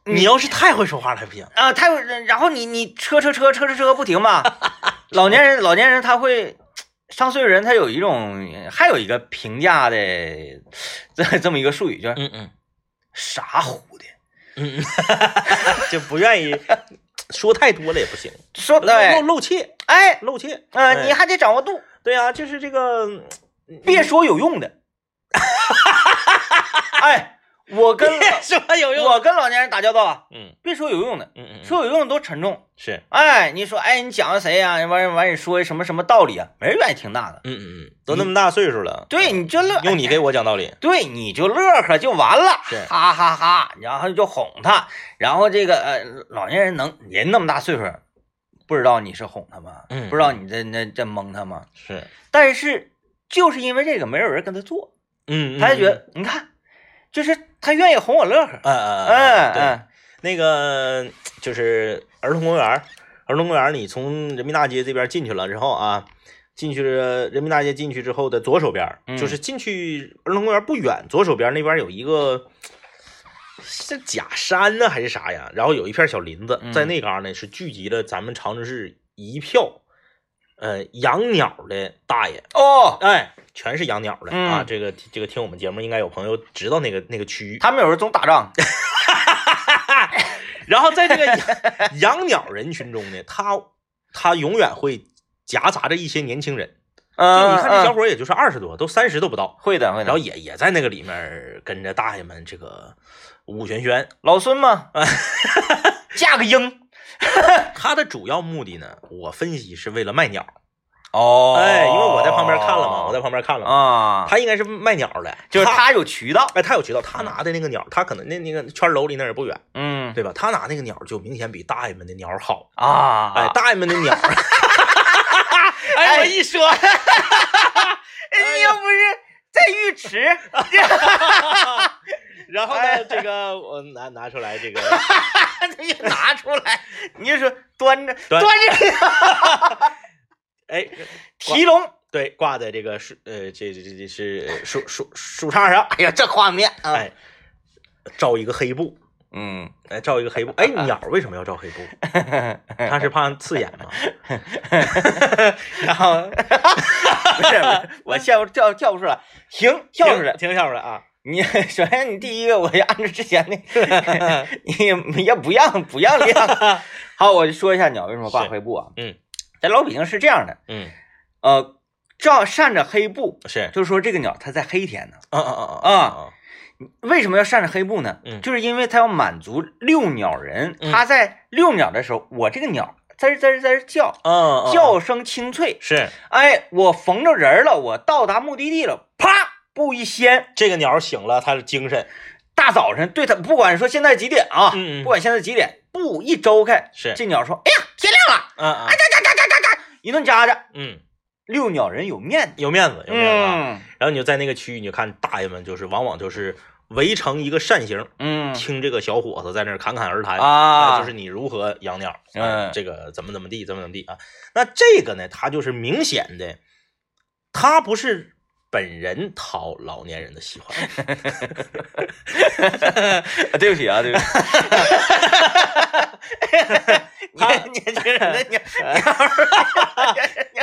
Speaker 2: 你要是太会说话了还不行。
Speaker 1: 啊，它有，然后你你车车车车车车不停嘛，老年人老年人他会。上岁数人他有一种，还有一个评价的这这么一个术语，就是
Speaker 2: 嗯嗯
Speaker 1: 傻乎的，
Speaker 2: 嗯，就不愿 意说太多了也不行，
Speaker 1: 说
Speaker 2: 嗯露
Speaker 1: 对，
Speaker 2: 露怯
Speaker 1: 哎，
Speaker 2: 露怯。
Speaker 1: 呃，
Speaker 2: 哎
Speaker 1: 你还得掌握度，
Speaker 2: 对呀、就是这 个。
Speaker 1: 别说有用的。 哎，我跟
Speaker 2: 什么有？
Speaker 1: 我跟老年人打交道啊，
Speaker 2: 嗯
Speaker 1: 别说有用的，
Speaker 2: 嗯嗯，
Speaker 1: 说有用的都沉重。
Speaker 2: 是，
Speaker 1: 哎，你说，哎，你讲的谁呀、完完，你说什么什么道理啊？没人愿意听那个。
Speaker 2: 嗯嗯嗯，都那么大岁数了，
Speaker 1: 对，你就乐，
Speaker 2: 用你给我讲道理，
Speaker 1: 对，你就乐呵就完了，
Speaker 2: 是
Speaker 1: 哈哈哈然后就哄他，然后这个呃，老年人能人那么大岁数，不知道你是哄他吗？
Speaker 2: 嗯
Speaker 1: 不知道你在那在蒙他吗？
Speaker 2: 是，
Speaker 1: 但是就是因为这个，没有人跟他做。
Speaker 2: 嗯，
Speaker 1: 他就觉得，你看，就是他愿意哄我乐呵，
Speaker 2: 嗯，嗯
Speaker 1: 嗯
Speaker 2: 嗯，对，
Speaker 1: 嗯，
Speaker 2: 那个就是儿童公园儿，儿童公园儿，你从人民大街这边进去了之后啊，进去人民大街进去之后的左手边儿，
Speaker 1: 嗯
Speaker 2: 就是进去儿童公园不远，左手边那边有一个。是假山呢还是啥呀？然后有一片小林子
Speaker 1: 嗯，
Speaker 2: 在那嘎呢是聚集了咱们长春市一票，呃养鸟的大爷，
Speaker 1: 哦，
Speaker 2: 哎，全是养鸟的、
Speaker 1: 嗯
Speaker 2: 啊！这个这个听我们节目应该有朋友知道那个那个区域。
Speaker 1: 他们有时候总打 仗，
Speaker 2: 然后在这个养 养鸟人群中呢，他他永远会夹杂着一些年轻人。就
Speaker 1: 嗯，
Speaker 2: 你看这小
Speaker 1: 嗯
Speaker 2: 伙儿也就是二十多，都三十都不到，
Speaker 1: 会的会
Speaker 2: 然后
Speaker 1: 的，
Speaker 2: 也也在那个里面儿跟着大爷们这个舞旋旋。
Speaker 1: 老孙 嘛，嫁个鹰，
Speaker 2: 他的主要目的呢，我分析是为了卖鸟。
Speaker 1: 哦，
Speaker 2: 哎，因为我在旁边看了嘛，我在旁边看了嘛，
Speaker 1: 啊，
Speaker 2: 他应该是卖鸟的，
Speaker 1: 就是
Speaker 2: 他，
Speaker 1: 他有渠 道，
Speaker 2: 哎，他有渠道，他拿的那个鸟，他可能那那个圈楼离那儿也不远，
Speaker 1: 嗯
Speaker 2: 对吧？他拿那个鸟就明显比大爷们的鸟好，
Speaker 1: 啊，
Speaker 2: 哎，大爷们的鸟，
Speaker 1: 哎，我一说，你又不是在浴 池，
Speaker 2: 啊然后
Speaker 1: 哎
Speaker 2: 呢，这个我拿拿出来这个，
Speaker 1: 你拿出来，你就说端着
Speaker 2: 端
Speaker 1: 端 着
Speaker 2: 哎，
Speaker 1: 提笼，
Speaker 2: 对，挂在这个树，呃，这这这这是呃树树树杈上，
Speaker 1: 哎呀，这画面啊，
Speaker 2: 哎，罩一个黑布，
Speaker 1: 嗯，
Speaker 2: 哎，罩一个黑布。哎，鸟为什么要罩黑布？
Speaker 1: 哎
Speaker 2: 它是怕刺眼吗？
Speaker 1: 然后不是不是我跳跳跳不出来，行， 跳出来。
Speaker 2: 听笑出来啊！
Speaker 1: 你 首先你第一个，我就按照之前那个，你也也不让不让 亮。好，我就说一下鸟为什么挂
Speaker 2: 是
Speaker 1: 黑布啊。
Speaker 2: 嗯，
Speaker 1: 在老北京是这样的，
Speaker 2: 嗯，
Speaker 1: 呃，罩扇着黑布，
Speaker 2: 是，
Speaker 1: 就是说这个鸟它在黑天呢。
Speaker 2: 啊啊啊
Speaker 1: 啊！为什么要扇着黑布呢？
Speaker 2: 嗯
Speaker 1: 就是因为它要满足遛鸟人，
Speaker 2: 嗯
Speaker 1: 它在遛鸟的时候，我这个鸟在这在这在这叫，
Speaker 2: 嗯，嗯
Speaker 1: 叫声清脆。
Speaker 2: 是
Speaker 1: 哎，我逢着人了，我到达目的地了，啪，布一掀，
Speaker 2: 这个鸟醒了，它的精神
Speaker 1: 大早晨对它，不管说现在几点啊，
Speaker 2: 嗯嗯
Speaker 1: 不管现在几点，布一周开，
Speaker 2: 是，
Speaker 1: 这鸟说：“哎呀，天亮了，
Speaker 2: 嗯嗯
Speaker 1: 嘎嘎嘎嘎嘎，一顿喳喳。
Speaker 2: 嗯，”
Speaker 1: 遛鸟人有面子，
Speaker 2: 有面子，有面子啊！
Speaker 1: 嗯
Speaker 2: 然后你就在那个区域，你就看大爷们就是往往就是围成一个扇形，
Speaker 1: 嗯
Speaker 2: 听这个小伙子在那儿侃侃而谈哎
Speaker 1: 啊，
Speaker 2: 就是你如何养鸟，
Speaker 1: 嗯
Speaker 2: 哎这个怎么怎么地，怎么怎么地啊。那这个呢，他就是明显的，他不是本人讨老年人的喜欢，
Speaker 1: 啊， 对不起啊，对不起。你年轻人的 鸟，
Speaker 2: 啊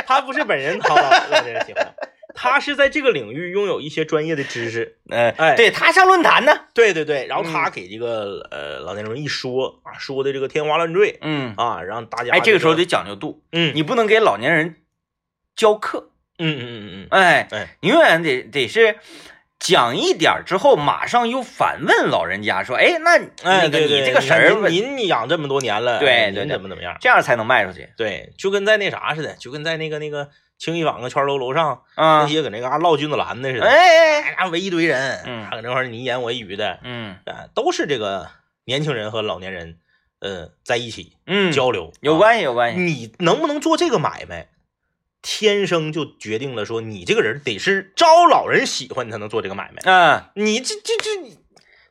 Speaker 2: 他不是本人讨老老年人喜 欢，他是在这个领域拥有一些专业的知识，嗯
Speaker 1: 嗯，
Speaker 2: 哎
Speaker 1: 对他上论坛呢，
Speaker 2: 对对对，然后他给这个、呃老年人一说啊，说的这个天花乱坠
Speaker 1: 嗯，
Speaker 2: 啊，让大家
Speaker 1: 哎，这个时候
Speaker 2: 就
Speaker 1: 得讲究度，
Speaker 2: 嗯
Speaker 1: 你不能给老年人教课，
Speaker 2: 嗯嗯嗯嗯
Speaker 1: 哎，
Speaker 2: 哎
Speaker 1: 你永远得得是。讲一点儿之后，马上又反问老人家说：“哎，那
Speaker 2: 哎，
Speaker 1: 那个
Speaker 2: 对对，
Speaker 1: 你这个
Speaker 2: 你
Speaker 1: 神
Speaker 2: 看
Speaker 1: 儿吧，
Speaker 2: 您您养这么多年了，
Speaker 1: 对
Speaker 2: 哎
Speaker 1: 对
Speaker 2: 您
Speaker 1: 对
Speaker 2: 怎么怎么样？
Speaker 1: 这样才能卖出去
Speaker 2: 对，就跟在那啥似的，就跟在那个那个青衣坊个圈楼楼上、
Speaker 1: 啊
Speaker 2: 那！”些搁那嘎唠君子兰的似的，
Speaker 1: 哎哎，
Speaker 2: 哎呀围一堆人，啊
Speaker 1: 嗯
Speaker 2: 还搁那块儿你一言我一语的，
Speaker 1: 嗯
Speaker 2: 啊，都是这个年轻人和老年人，呃，在一起
Speaker 1: 嗯，
Speaker 2: 交流、
Speaker 1: 有
Speaker 2: 啊
Speaker 1: 关系有关系，
Speaker 2: 你能不能做这个买卖，天生就决定了说你这个人得是招老人喜欢，你才能做这个买卖。
Speaker 1: 嗯，
Speaker 2: 你这这这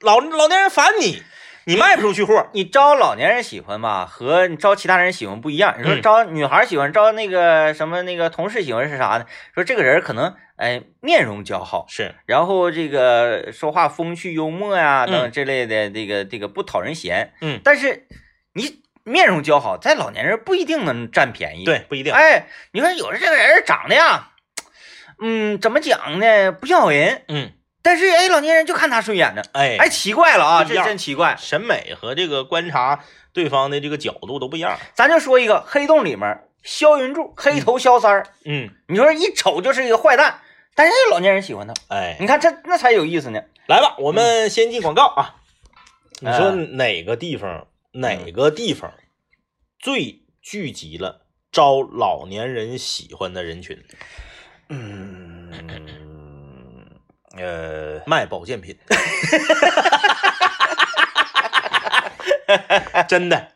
Speaker 2: 老老年人烦你，你卖不出去货。
Speaker 1: 你招老年人喜欢吧，和你招其他人喜欢不一样。你说
Speaker 2: 嗯
Speaker 1: 招女孩喜欢，招那个什么那个同事喜欢是啥呢？说这个人可能哎面容姣好，
Speaker 2: 是，
Speaker 1: 然后这个说话风趣幽默呀、
Speaker 2: 嗯
Speaker 1: 等等之类的，这个这个不讨人嫌。
Speaker 2: 嗯
Speaker 1: 但是你面容姣好，在老年人不一定能占便宜。，
Speaker 2: 对，不一定。
Speaker 1: 哎，你看有的这个人长得呀，嗯，怎么讲呢？不像好人，
Speaker 2: 嗯，
Speaker 1: 但是哎，老年人就看他顺眼呢。
Speaker 2: 哎
Speaker 1: 哎，奇怪了啊，
Speaker 2: 不一
Speaker 1: 这
Speaker 2: 样
Speaker 1: 真奇怪。
Speaker 2: 审美和这个观察对方的这个角度都不一样。
Speaker 1: 咱就说一个黑洞里面，萧云柱黑头萧三儿，
Speaker 2: 嗯，
Speaker 1: 你说一瞅就是一个坏蛋，但是哎老年人喜欢他，
Speaker 2: 哎，
Speaker 1: 你看这那才有意思呢。
Speaker 2: 来吧，我们先进广告啊。嗯你说
Speaker 1: 哎
Speaker 2: 哪个地方，哪个地方最聚集了招老年人喜欢的人群？
Speaker 1: 嗯，呃，
Speaker 2: 卖保健品，真的，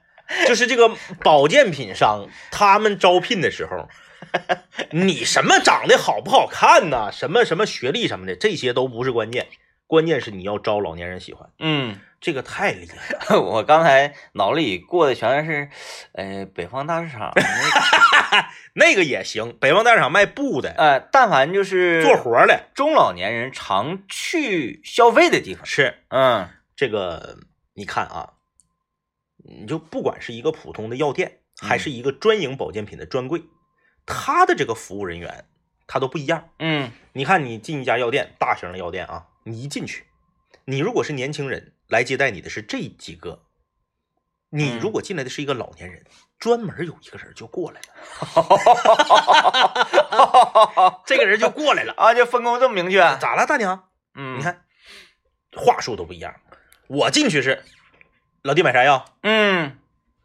Speaker 2: 就是这个保健品商，他们招聘的时候，你什么长得好不好看呐、什么什么学历什么的，这些都不是关键，关键是你要招老年人喜欢，
Speaker 1: 嗯，
Speaker 2: 这个太厉害了。
Speaker 1: 我刚才脑里过的全是，呃，北方大市 场，
Speaker 2: 那个也行，北方大市场卖布的，
Speaker 1: 呃，但凡就是
Speaker 2: 做活的，
Speaker 1: 中老年人常去消费的地方。
Speaker 2: 是
Speaker 1: 嗯
Speaker 2: 这个你看啊，你就不管是一个普通的药店，
Speaker 1: 嗯
Speaker 2: 还是一个专营保健品的专柜，他的这个服务人员他都不一样。
Speaker 1: 嗯
Speaker 2: 你看，你进一家药店，大型的药店啊，你一进去，你如果是年轻人来接待你的是这几个，你如果进来的是一个老年人，专门有一个人就过来了， 这个人就过来了，
Speaker 1: 啊，这分工这么明确。 啊
Speaker 2: 咋了，大娘？
Speaker 1: 嗯，
Speaker 2: 你，看，话术都不一样。我进去是，老弟买啥药？
Speaker 1: 嗯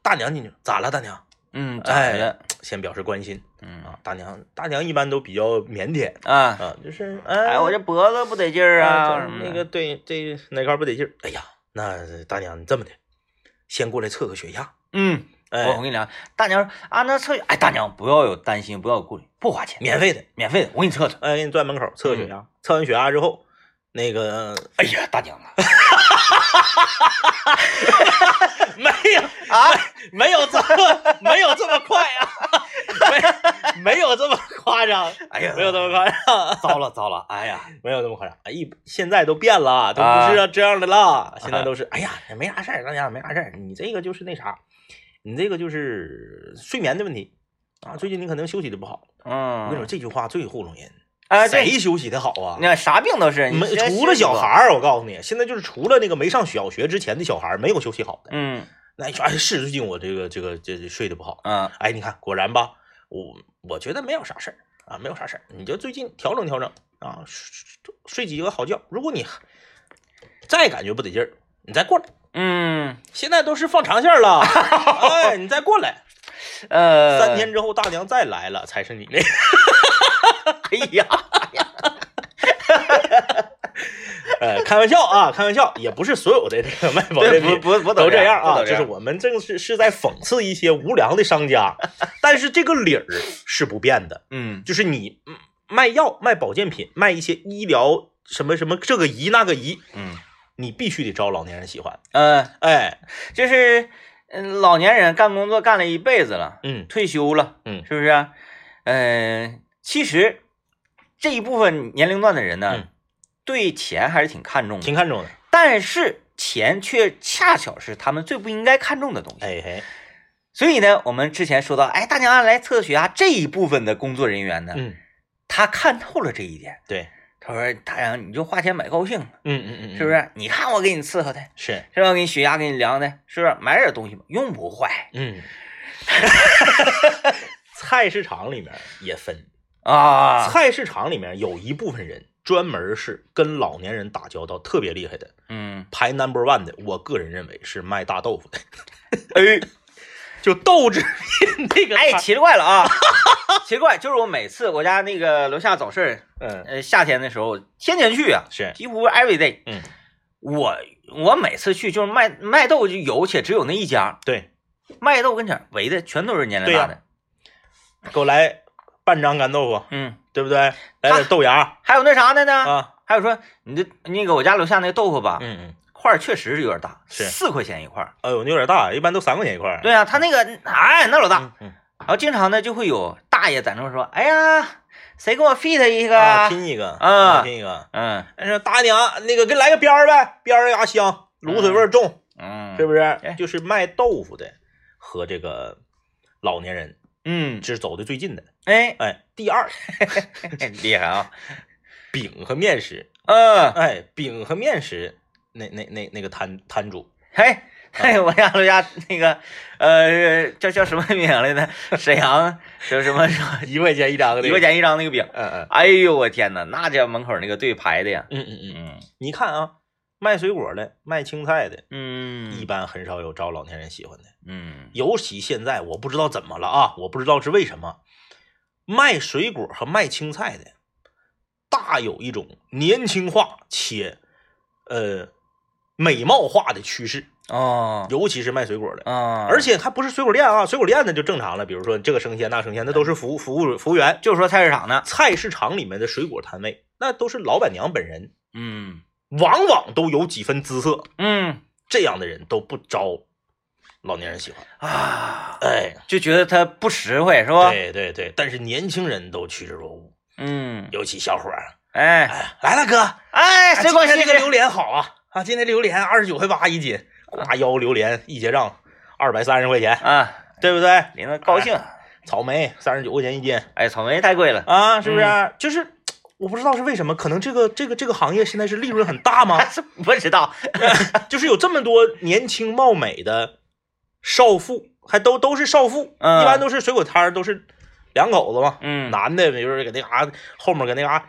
Speaker 2: 大娘进去咋了，大娘？
Speaker 1: 嗯，咋
Speaker 2: 哎
Speaker 1: 的？
Speaker 2: 先表示关心
Speaker 1: 嗯
Speaker 2: 啊。大娘，大娘一般都比较腼腆
Speaker 1: 啊，
Speaker 2: 啊，就是
Speaker 1: 哎，
Speaker 2: 哎，
Speaker 1: 我这脖子不得劲儿啊，
Speaker 2: 啊
Speaker 1: 什么的
Speaker 2: 那个对这哪块儿不得劲儿？哎呀，那大娘你这么的，先过来测个血压。
Speaker 1: 嗯，我我
Speaker 2: 哎，
Speaker 1: 跟你讲，大娘说啊，那测哎，大娘不要有担心，不要有顾虑，不花钱，
Speaker 2: 免费的，
Speaker 1: 免费的，我给你测测。
Speaker 2: 哎，给你转门口测个血压。
Speaker 1: 嗯
Speaker 2: 测完血压之后，那个
Speaker 1: 哎呀，大娘啊
Speaker 2: 没有。
Speaker 1: 啊，
Speaker 2: 没有这么没有这么快啊， 没没有这么夸张，
Speaker 1: 哎呀，
Speaker 2: 没有这么夸张，
Speaker 1: 糟了糟了，哎呀，
Speaker 2: 没有这么夸张。哎，一现在都变了，啊都不
Speaker 1: 啊
Speaker 2: 是这样的了，现在都是哎呀，没啥事儿，大家没啥事儿，你这个就是那啥，你这个就是睡眠的问题啊。最近你可能休息的不好，我跟你说
Speaker 1: 嗯，
Speaker 2: 这句话最糊弄人，
Speaker 1: 哎，对，
Speaker 2: 谁休息的好啊？
Speaker 1: 那啥病都是，你
Speaker 2: 没
Speaker 1: 这是
Speaker 2: 除了小
Speaker 1: 吧
Speaker 2: 孩，儿，我告诉你，现在就是除了那个没上小学之前的小孩儿，没有休息好的。
Speaker 1: 嗯
Speaker 2: 那你说哎是最近我这个这个这这睡得不好，
Speaker 1: 啊，
Speaker 2: 哎，你看，果然吧，我我觉得没有啥事儿啊，没有啥事儿，你就最近调整调整啊，睡睡几个好觉。如果你再感觉不得劲儿，你再过来。
Speaker 1: 嗯
Speaker 2: 现在都是放长线儿了，哎，你再过 来，
Speaker 1: 呃，
Speaker 2: 三天之后大娘再来了才是你那个。
Speaker 1: 哎 呀，
Speaker 2: 呃，开玩笑啊，开玩笑，也不是所有的这个卖保健
Speaker 1: 对，不
Speaker 2: 品
Speaker 1: 不不
Speaker 2: 都
Speaker 1: 这
Speaker 2: 样
Speaker 1: 不
Speaker 2: 啊，
Speaker 1: 都这
Speaker 2: 就是我们正是是在讽刺一些无良的商 家，但是这个理儿是不变的。
Speaker 1: 嗯
Speaker 2: 就是你嗯卖药、卖保健品、卖一些医疗什么什么这个仪那个仪，
Speaker 1: 嗯
Speaker 2: 你必须得招老年人喜欢。
Speaker 1: 呃，
Speaker 2: 哎，
Speaker 1: 就是嗯，老年人干工作干了一辈子了，
Speaker 2: 嗯，
Speaker 1: 退休了，
Speaker 2: 嗯
Speaker 1: 是不是啊？呃，其实这一部分年龄段的人呢
Speaker 2: 嗯，
Speaker 1: 对钱还是挺看重的，
Speaker 2: 挺看重的。
Speaker 1: 但是钱却恰巧是他们最不应该看重的东西。
Speaker 2: 哎嘿，
Speaker 1: 所以呢，我们之前说到，哎，大娘来测血压这一部分的工作人员呢，
Speaker 2: 嗯，
Speaker 1: 他看透了这一点，
Speaker 2: 对，
Speaker 1: 他说：“哎大娘，你就花钱买高兴，
Speaker 2: 嗯嗯嗯，
Speaker 1: 是不
Speaker 2: 是？
Speaker 1: 是？你看我给你伺候的，
Speaker 2: 是，
Speaker 1: 是吧？给你血压给你量的，是不是？买点东西吧，用不坏
Speaker 2: 嗯。 菜市场里面也分，
Speaker 1: 啊。
Speaker 2: 菜市场里面有一部分人专门是跟老年人打交道特别厉害的，
Speaker 1: 嗯，
Speaker 2: 排 number one 的，我个人认为是卖大豆腐的，
Speaker 1: 哎
Speaker 2: 就豆制品那个。
Speaker 1: 哎，，奇了怪了啊， 奇了怪，就是我每次我家那个楼下早市儿，
Speaker 2: 嗯，
Speaker 1: 呃，夏天的时候天天去啊，
Speaker 2: 是，
Speaker 1: 几乎 every day。
Speaker 2: 嗯，
Speaker 1: 我我每次去就是卖卖豆就有，且只有那一家
Speaker 2: 对，
Speaker 1: 卖豆跟前儿围的全都是年龄大的，
Speaker 2: 给我来半张干豆腐。
Speaker 1: 嗯，
Speaker 2: 对不对？来点豆芽
Speaker 1: 还有那啥的呢，
Speaker 2: 啊，
Speaker 1: 还有说你这那个我家楼下那个豆腐吧，
Speaker 2: 嗯嗯，
Speaker 1: 块儿确实是有点大，
Speaker 2: 是
Speaker 1: 四块钱一块儿。
Speaker 2: 哎呦，你有点大，一般都三块钱一块儿。
Speaker 1: 对啊，他那个哎那老大，
Speaker 2: 嗯，嗯
Speaker 1: 然后经常呢就会有大爷在那说，哎呀，谁给我 fit 一个
Speaker 2: 啊，
Speaker 1: 啊？
Speaker 2: 拼一个
Speaker 1: 啊
Speaker 2: 拼一个。
Speaker 1: 嗯
Speaker 2: 哎，说大娘，那个给来个边儿呗，边儿牙香，卤水味儿重，
Speaker 1: 嗯，
Speaker 2: 是
Speaker 1: 不
Speaker 2: 不是
Speaker 1: 哎？
Speaker 2: 就是卖豆腐的和这个老年人
Speaker 1: 嗯，
Speaker 2: 这是走的最近的。
Speaker 1: 哎，
Speaker 2: 哎，第二，
Speaker 1: 厉害啊，
Speaker 2: 饼和面食。
Speaker 1: 嗯，
Speaker 2: 哎，饼和面食，那那那那个摊摊主，
Speaker 1: 嘿。嘿，我家楼下那个，呃，叫叫什么饼来着？沈阳什么什么什么
Speaker 2: 一块钱一张
Speaker 1: 一块。钱一张那个饼。
Speaker 2: 嗯嗯
Speaker 1: 哎呦我天哪，那家门口那个队排的呀，
Speaker 2: 嗯嗯嗯，
Speaker 1: 嗯
Speaker 2: 你看啊，卖水果的，卖青菜的，一
Speaker 1: 嗯
Speaker 2: 般很少有招老年人喜欢的。
Speaker 1: 嗯
Speaker 2: 尤其现在，我不知道怎么了啊，我不知道是为什么，卖水果和卖青菜的，大有一种年轻化且呃美貌化的趋势，
Speaker 1: 哦
Speaker 2: 尤其是卖水果的，
Speaker 1: 啊，
Speaker 2: 而且还不是水果店啊，水果店的就正常了，比如说这个生鲜那生鲜，那都是服务服务服务员，
Speaker 1: 就说菜市场呢，
Speaker 2: 菜市场里面的水果摊位，那都是老板娘本人，
Speaker 1: 嗯
Speaker 2: 往往都有几分姿色，
Speaker 1: 嗯
Speaker 2: 这样的人都不招老年人喜欢，
Speaker 1: 啊，
Speaker 2: 哎。
Speaker 1: 就觉得它不实惠是吧？
Speaker 2: 对对对，但是年轻人都趋之若鹜，
Speaker 1: 嗯，
Speaker 2: 尤其小伙儿，
Speaker 1: 哎
Speaker 2: 哎，来了哥，
Speaker 1: 哎，
Speaker 2: 哎
Speaker 1: 谁关
Speaker 2: 今
Speaker 1: 心
Speaker 2: 天这个榴莲好啊啊，今天榴莲二十九块八一斤，挂腰榴莲一结账二百三十块钱，
Speaker 1: 啊？
Speaker 2: 对不对？
Speaker 1: 林子高兴，
Speaker 2: 草莓三十九块钱一斤
Speaker 1: 哎，草莓太贵了，
Speaker 2: 啊，是不是？就是我不知道是为什么，可能这个这个这个行业现在是利润很大 吗？
Speaker 1: 是不知道，
Speaker 2: 就是有这么多年轻貌美的少妇，还都都是少妇，
Speaker 1: 嗯
Speaker 2: 一般都是水果摊儿，都是两口子嘛，
Speaker 1: 嗯，
Speaker 2: 男的，比如说搁那嘎、后面搁那嘎、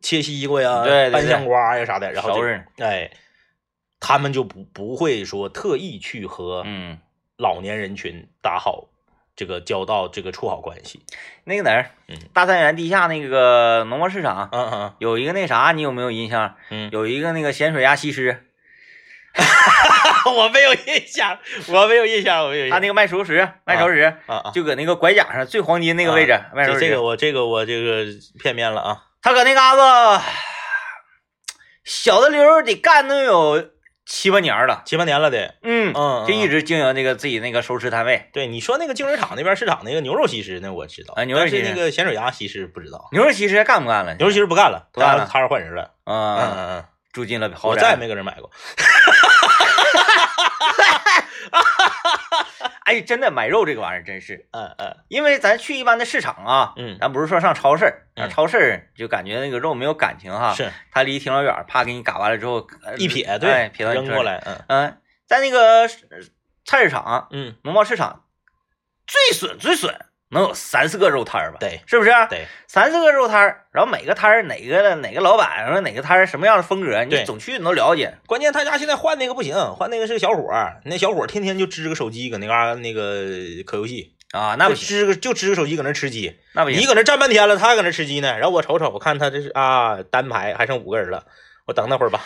Speaker 2: 切西瓜呀、
Speaker 1: 对对对
Speaker 2: 搬香瓜呀啥的，然后
Speaker 1: 熟
Speaker 2: 就
Speaker 1: 人，
Speaker 2: 哎，他们就不不会说特意去和
Speaker 1: 嗯
Speaker 2: 老年人群打好这个交到这个处好关系。
Speaker 1: 那个哪儿
Speaker 2: 嗯，
Speaker 1: 大三元地下那个农贸市场
Speaker 2: 嗯嗯
Speaker 1: 有一个那啥，你有没有印象？
Speaker 2: 嗯，
Speaker 1: 有一个那个咸水鸭西施，
Speaker 2: 我没有印象，我没有印象，我没有
Speaker 1: 嗯
Speaker 2: 印
Speaker 1: 他
Speaker 2: 象。
Speaker 1: 那个卖熟食，卖熟食
Speaker 2: 啊啊，
Speaker 1: 就搁那个拐角上最黄金那个位置卖熟
Speaker 2: 这这个
Speaker 1: 食，
Speaker 2: 我这个我这个片面了啊。
Speaker 1: 他搁那嘎子小的溜儿得干能有七八年了，
Speaker 2: 七八年了得，
Speaker 1: 嗯，
Speaker 2: 嗯，
Speaker 1: 就一
Speaker 2: 直。
Speaker 1: 直经营那个自己那个熟食摊位。
Speaker 2: 对你说那个净水厂那边市场那个牛肉西施，那我知道，
Speaker 1: 啊牛肉西施
Speaker 2: 但是那个咸水鸭西施不知道，
Speaker 1: 牛肉西施还干不干了？
Speaker 2: 牛肉西施不干了，
Speaker 1: 不干了
Speaker 2: 摊儿换人了。嗯
Speaker 1: 啊，
Speaker 2: 嗯嗯，
Speaker 1: 住进了豪
Speaker 2: 我
Speaker 1: 宅。
Speaker 2: 再也没搁这买过。
Speaker 1: 哎，真的买肉这个玩意儿真是，
Speaker 2: 嗯嗯
Speaker 1: 因为咱去一般的市场啊，
Speaker 2: 嗯，
Speaker 1: 咱不是说上超市，
Speaker 2: 嗯
Speaker 1: 上超市就感觉那个肉没有感情哈，
Speaker 2: 是
Speaker 1: 它离挺老远儿，啪给你嘎完了之后呃
Speaker 2: 啊一撇，
Speaker 1: 哎
Speaker 2: 对，
Speaker 1: 撇到你
Speaker 2: 扔
Speaker 1: 车
Speaker 2: 过
Speaker 1: 里。
Speaker 2: 来，嗯
Speaker 1: 嗯，在那个市菜市场、
Speaker 2: 嗯，
Speaker 1: 农贸市场，最损最损能有三四个肉摊儿吧？
Speaker 2: 对
Speaker 1: 是不是？啊
Speaker 2: 对，
Speaker 1: 三四个肉摊儿，然后每个摊儿哪个哪个老板说哪个摊儿什么样的风格，你
Speaker 2: 对
Speaker 1: 总去你都了解。
Speaker 2: 关键他家现在换那个不行，换那个是个小伙儿，那小伙儿天天就支个手机搁那嘎那个可游戏，
Speaker 1: 啊，那不
Speaker 2: 就
Speaker 1: 行，
Speaker 2: 支个就支个手机搁那吃鸡，
Speaker 1: 那不行
Speaker 2: 你，搁那站半天了，他还搁那吃鸡呢，然后我瞅瞅，我看他这是啊单排还剩五个人了，我等那会 儿吧，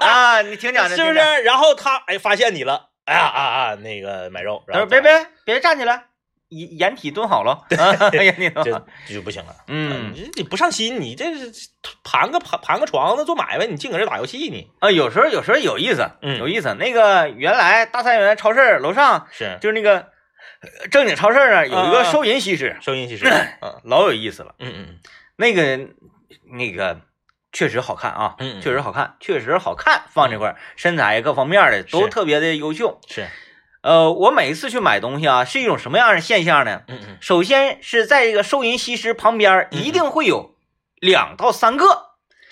Speaker 1: 啊，你听讲究
Speaker 2: 是不是？？然后他哎发现你了，哎呀啊啊那个买肉，
Speaker 1: 他
Speaker 2: 然
Speaker 1: 说
Speaker 2: 后
Speaker 1: 别别别站起来，掩掩体蹲好了，啊，掩体蹲好了。
Speaker 2: 这就不行了，
Speaker 1: 嗯
Speaker 2: 你你不上心，你这是盘个盘盘个床子做买卖，你净搁这打游戏呢，
Speaker 1: 啊，有时候有时候有意思，
Speaker 2: 嗯
Speaker 1: 有意思。那个原来大三元超市楼上
Speaker 2: 是
Speaker 1: 就是那个呃正经超市那儿有一个
Speaker 2: 啊
Speaker 1: 收银西施，
Speaker 2: 收音其实，嗯
Speaker 1: 老有意思了。
Speaker 2: 嗯嗯
Speaker 1: 那个那个确实好看啊，
Speaker 2: 嗯嗯
Speaker 1: 确实好看，确实好看，放这块儿身材各方面的都
Speaker 2: 是
Speaker 1: 特别的优秀。
Speaker 2: 是，
Speaker 1: 呃，我每一次去买东西啊，是一种什么样的现象呢？
Speaker 2: 嗯嗯
Speaker 1: 首先是在这个收银西施旁边儿，
Speaker 2: 嗯
Speaker 1: 一定会有两到三个，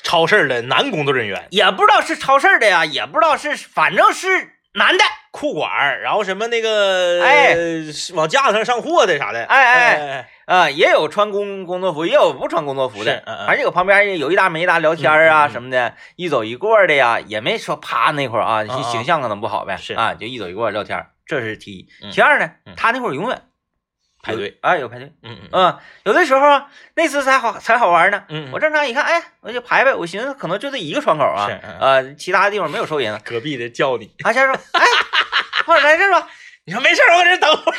Speaker 2: 超市的男工作人员。
Speaker 1: 也不知道是超市的呀，也不知道是，反正是男的。
Speaker 2: 裤管儿，然后什么那个，
Speaker 1: 哎
Speaker 2: 呃，往架子上上货的啥的，
Speaker 1: 哎哎
Speaker 2: 哎，
Speaker 1: 啊、也有穿工工作服，也有不穿工作服的
Speaker 2: 是，嗯嗯
Speaker 1: 反正有旁边也有一搭没一搭聊天儿啊
Speaker 2: 嗯嗯嗯
Speaker 1: 什么的，一走一过的呀，也没说啪那会儿啊，
Speaker 2: 啊
Speaker 1: 形象可能不好呗，
Speaker 2: 是
Speaker 1: 啊，就一走一过聊天儿，这是第一。
Speaker 2: 嗯
Speaker 1: 其二呢，
Speaker 2: 嗯
Speaker 1: 他那会儿永远
Speaker 2: 排队，
Speaker 1: 啊，有排队，
Speaker 2: 嗯嗯
Speaker 1: 嗯，有的时候啊那次才好才好玩呢，
Speaker 2: 嗯嗯
Speaker 1: 我正常一看，哎，我就排排，我寻思可能就这一个窗口啊
Speaker 2: 是嗯，
Speaker 1: 呃，其他地方没有收银。
Speaker 2: 隔壁的叫你，
Speaker 1: 啊，先生，哎，快点来这儿吧。
Speaker 2: 你说没事儿，我搁这等会儿。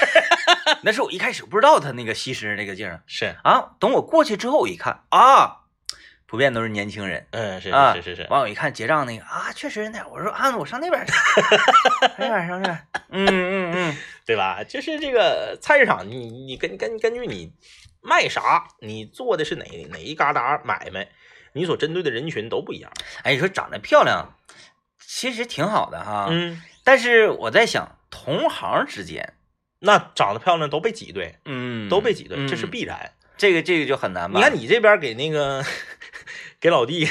Speaker 1: 那是我一开始不知道他那个西施那个劲儿
Speaker 2: 是，
Speaker 1: 啊，等我过去之后，我一看啊，普遍都是年轻人。
Speaker 2: 嗯，是
Speaker 1: 啊
Speaker 2: 是是是，
Speaker 1: 完我一看结账那个啊，确实那，我说啊，我上那边 儿去，上那边儿上那边儿，嗯嗯嗯，
Speaker 2: 对吧？就是这个菜市场，你你根根根据你卖啥，你做的是哪哪一旮达买卖，你所针对的人群都不一样。
Speaker 1: 哎，你说长得漂亮，其实挺好的哈，
Speaker 2: 嗯，
Speaker 1: 但是我在想，同行之间，
Speaker 2: 那长得漂亮都被挤兑，
Speaker 1: 嗯，
Speaker 2: 都被挤兑，这是
Speaker 1: 嗯
Speaker 2: 必然。
Speaker 1: 这个这个就很难吧？
Speaker 2: 你看你这边给那个给 老弟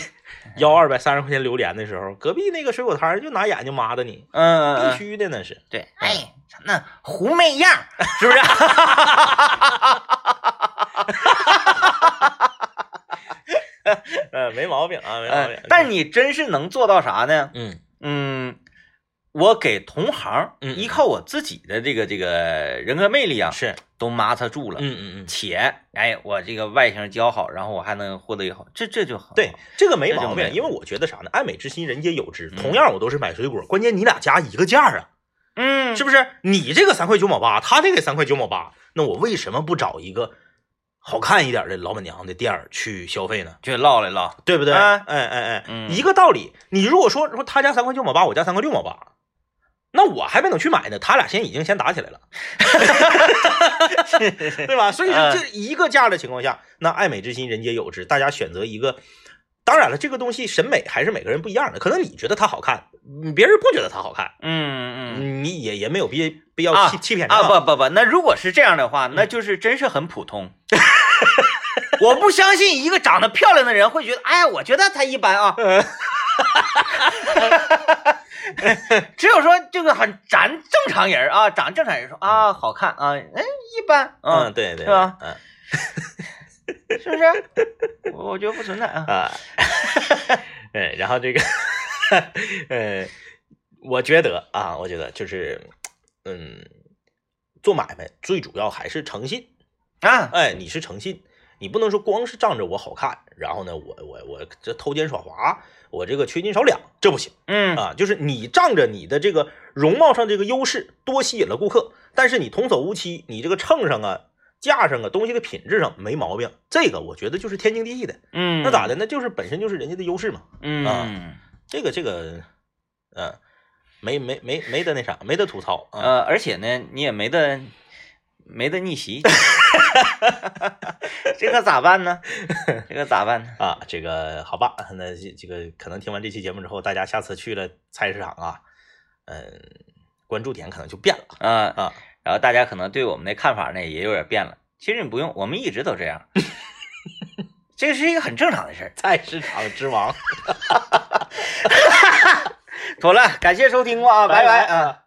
Speaker 2: 要二百三十块钱榴莲的时候，隔壁那个水果摊儿就拿眼睛抹的你，
Speaker 1: 嗯，嗯，嗯
Speaker 2: 必须的那是。
Speaker 1: 对，哎，那狐媚样儿是不是？
Speaker 2: 嗯，没毛病啊，没毛病
Speaker 1: 哎。但你真是能做到啥呢？
Speaker 2: 嗯
Speaker 1: 嗯，我给同行，
Speaker 2: 嗯嗯
Speaker 1: 依靠我自己的这个这个人格魅力啊，
Speaker 2: 是，
Speaker 1: 都抹擦住了。
Speaker 2: 嗯嗯嗯。
Speaker 1: 且，哎，我这个外形姣好，然后我还能获得一个好，这这就好。
Speaker 2: 对，，这个没
Speaker 1: 啊这就
Speaker 2: 毛
Speaker 1: 没有
Speaker 2: 病，因为我觉得啥呢？爱美之心，人皆有之。
Speaker 1: 嗯
Speaker 2: 同样，我都是买水果，关键你俩加一个价啊，
Speaker 1: 嗯，
Speaker 2: 是不是？你这个三块九毛八，他这个三块九毛八，那我为什么不找一个好看一点的老板娘的店儿去消费呢？
Speaker 1: 去唠来唠。
Speaker 2: 对不对？
Speaker 1: 哎
Speaker 2: 哎哎哎
Speaker 1: 嗯，
Speaker 2: 一个道理。你如果说说他家三块九毛八，我家三块六毛八，那我还没等去买呢，他俩先已经先打起来了，对吧？所以说
Speaker 1: 嗯
Speaker 2: 这一个价的情况下，那爱美之心人皆有之，大家选择一个。当然了，这个东西审美还是每个人不一样的，可能你觉得它好看，嗯别人不觉得它好看，
Speaker 1: 嗯嗯
Speaker 2: 你也也没有必必要
Speaker 1: 啊
Speaker 2: 欺欺骗他
Speaker 1: 啊，不不不，那如果是这样的话，
Speaker 2: 嗯
Speaker 1: 那就是真是很普通。 我不相信一个长得漂亮的人会觉得，哎，我觉得她一般啊。
Speaker 2: 嗯
Speaker 1: 只有说这个很咱正常人啊，长正常人说啊好看啊，哎一般，
Speaker 2: 嗯，，对对，
Speaker 1: 是吧
Speaker 2: 嗯
Speaker 1: 是不是？ 我我觉得不存在啊。
Speaker 2: 啊，对，然后这个，呃，我觉得啊，我觉得就是，嗯，做买卖最主要还是诚信，
Speaker 1: 啊，
Speaker 2: 哎，你是诚信，你不能说光是仗着我好看，然后呢，我我我这偷奸耍滑，我这个缺斤少两，这不行
Speaker 1: 嗯
Speaker 2: 啊！就是你仗着你的这个容貌上这个优势，多吸引了顾客，但是你童叟无欺，你这个秤上啊、架上啊、东西的品质上没毛病，这个我觉得就是天经地义的。
Speaker 1: 嗯，
Speaker 2: 那咋？的？那就是本身就是人家的优势嘛。
Speaker 1: 嗯
Speaker 2: 啊这个这个，嗯、没没没没得那啥，没得吐槽啊。
Speaker 1: 呃，而且呢，你也没得没得逆 袭，这可咋办呢？这可咋办呢？
Speaker 2: 啊，这个好吧，那这这个可能听完这期节目之后，大家下次去了菜市场啊，嗯，关注点可能就变了
Speaker 1: 啊
Speaker 2: 啊。
Speaker 1: 然后大家可能对我们的看法呢也有点变了。其实你不用，我们一直都这 样，这是一个很正常的事儿。
Speaker 2: 菜市场之王，
Speaker 1: 妥了，感谢收听吧啊，拜拜啊。
Speaker 2: 啊。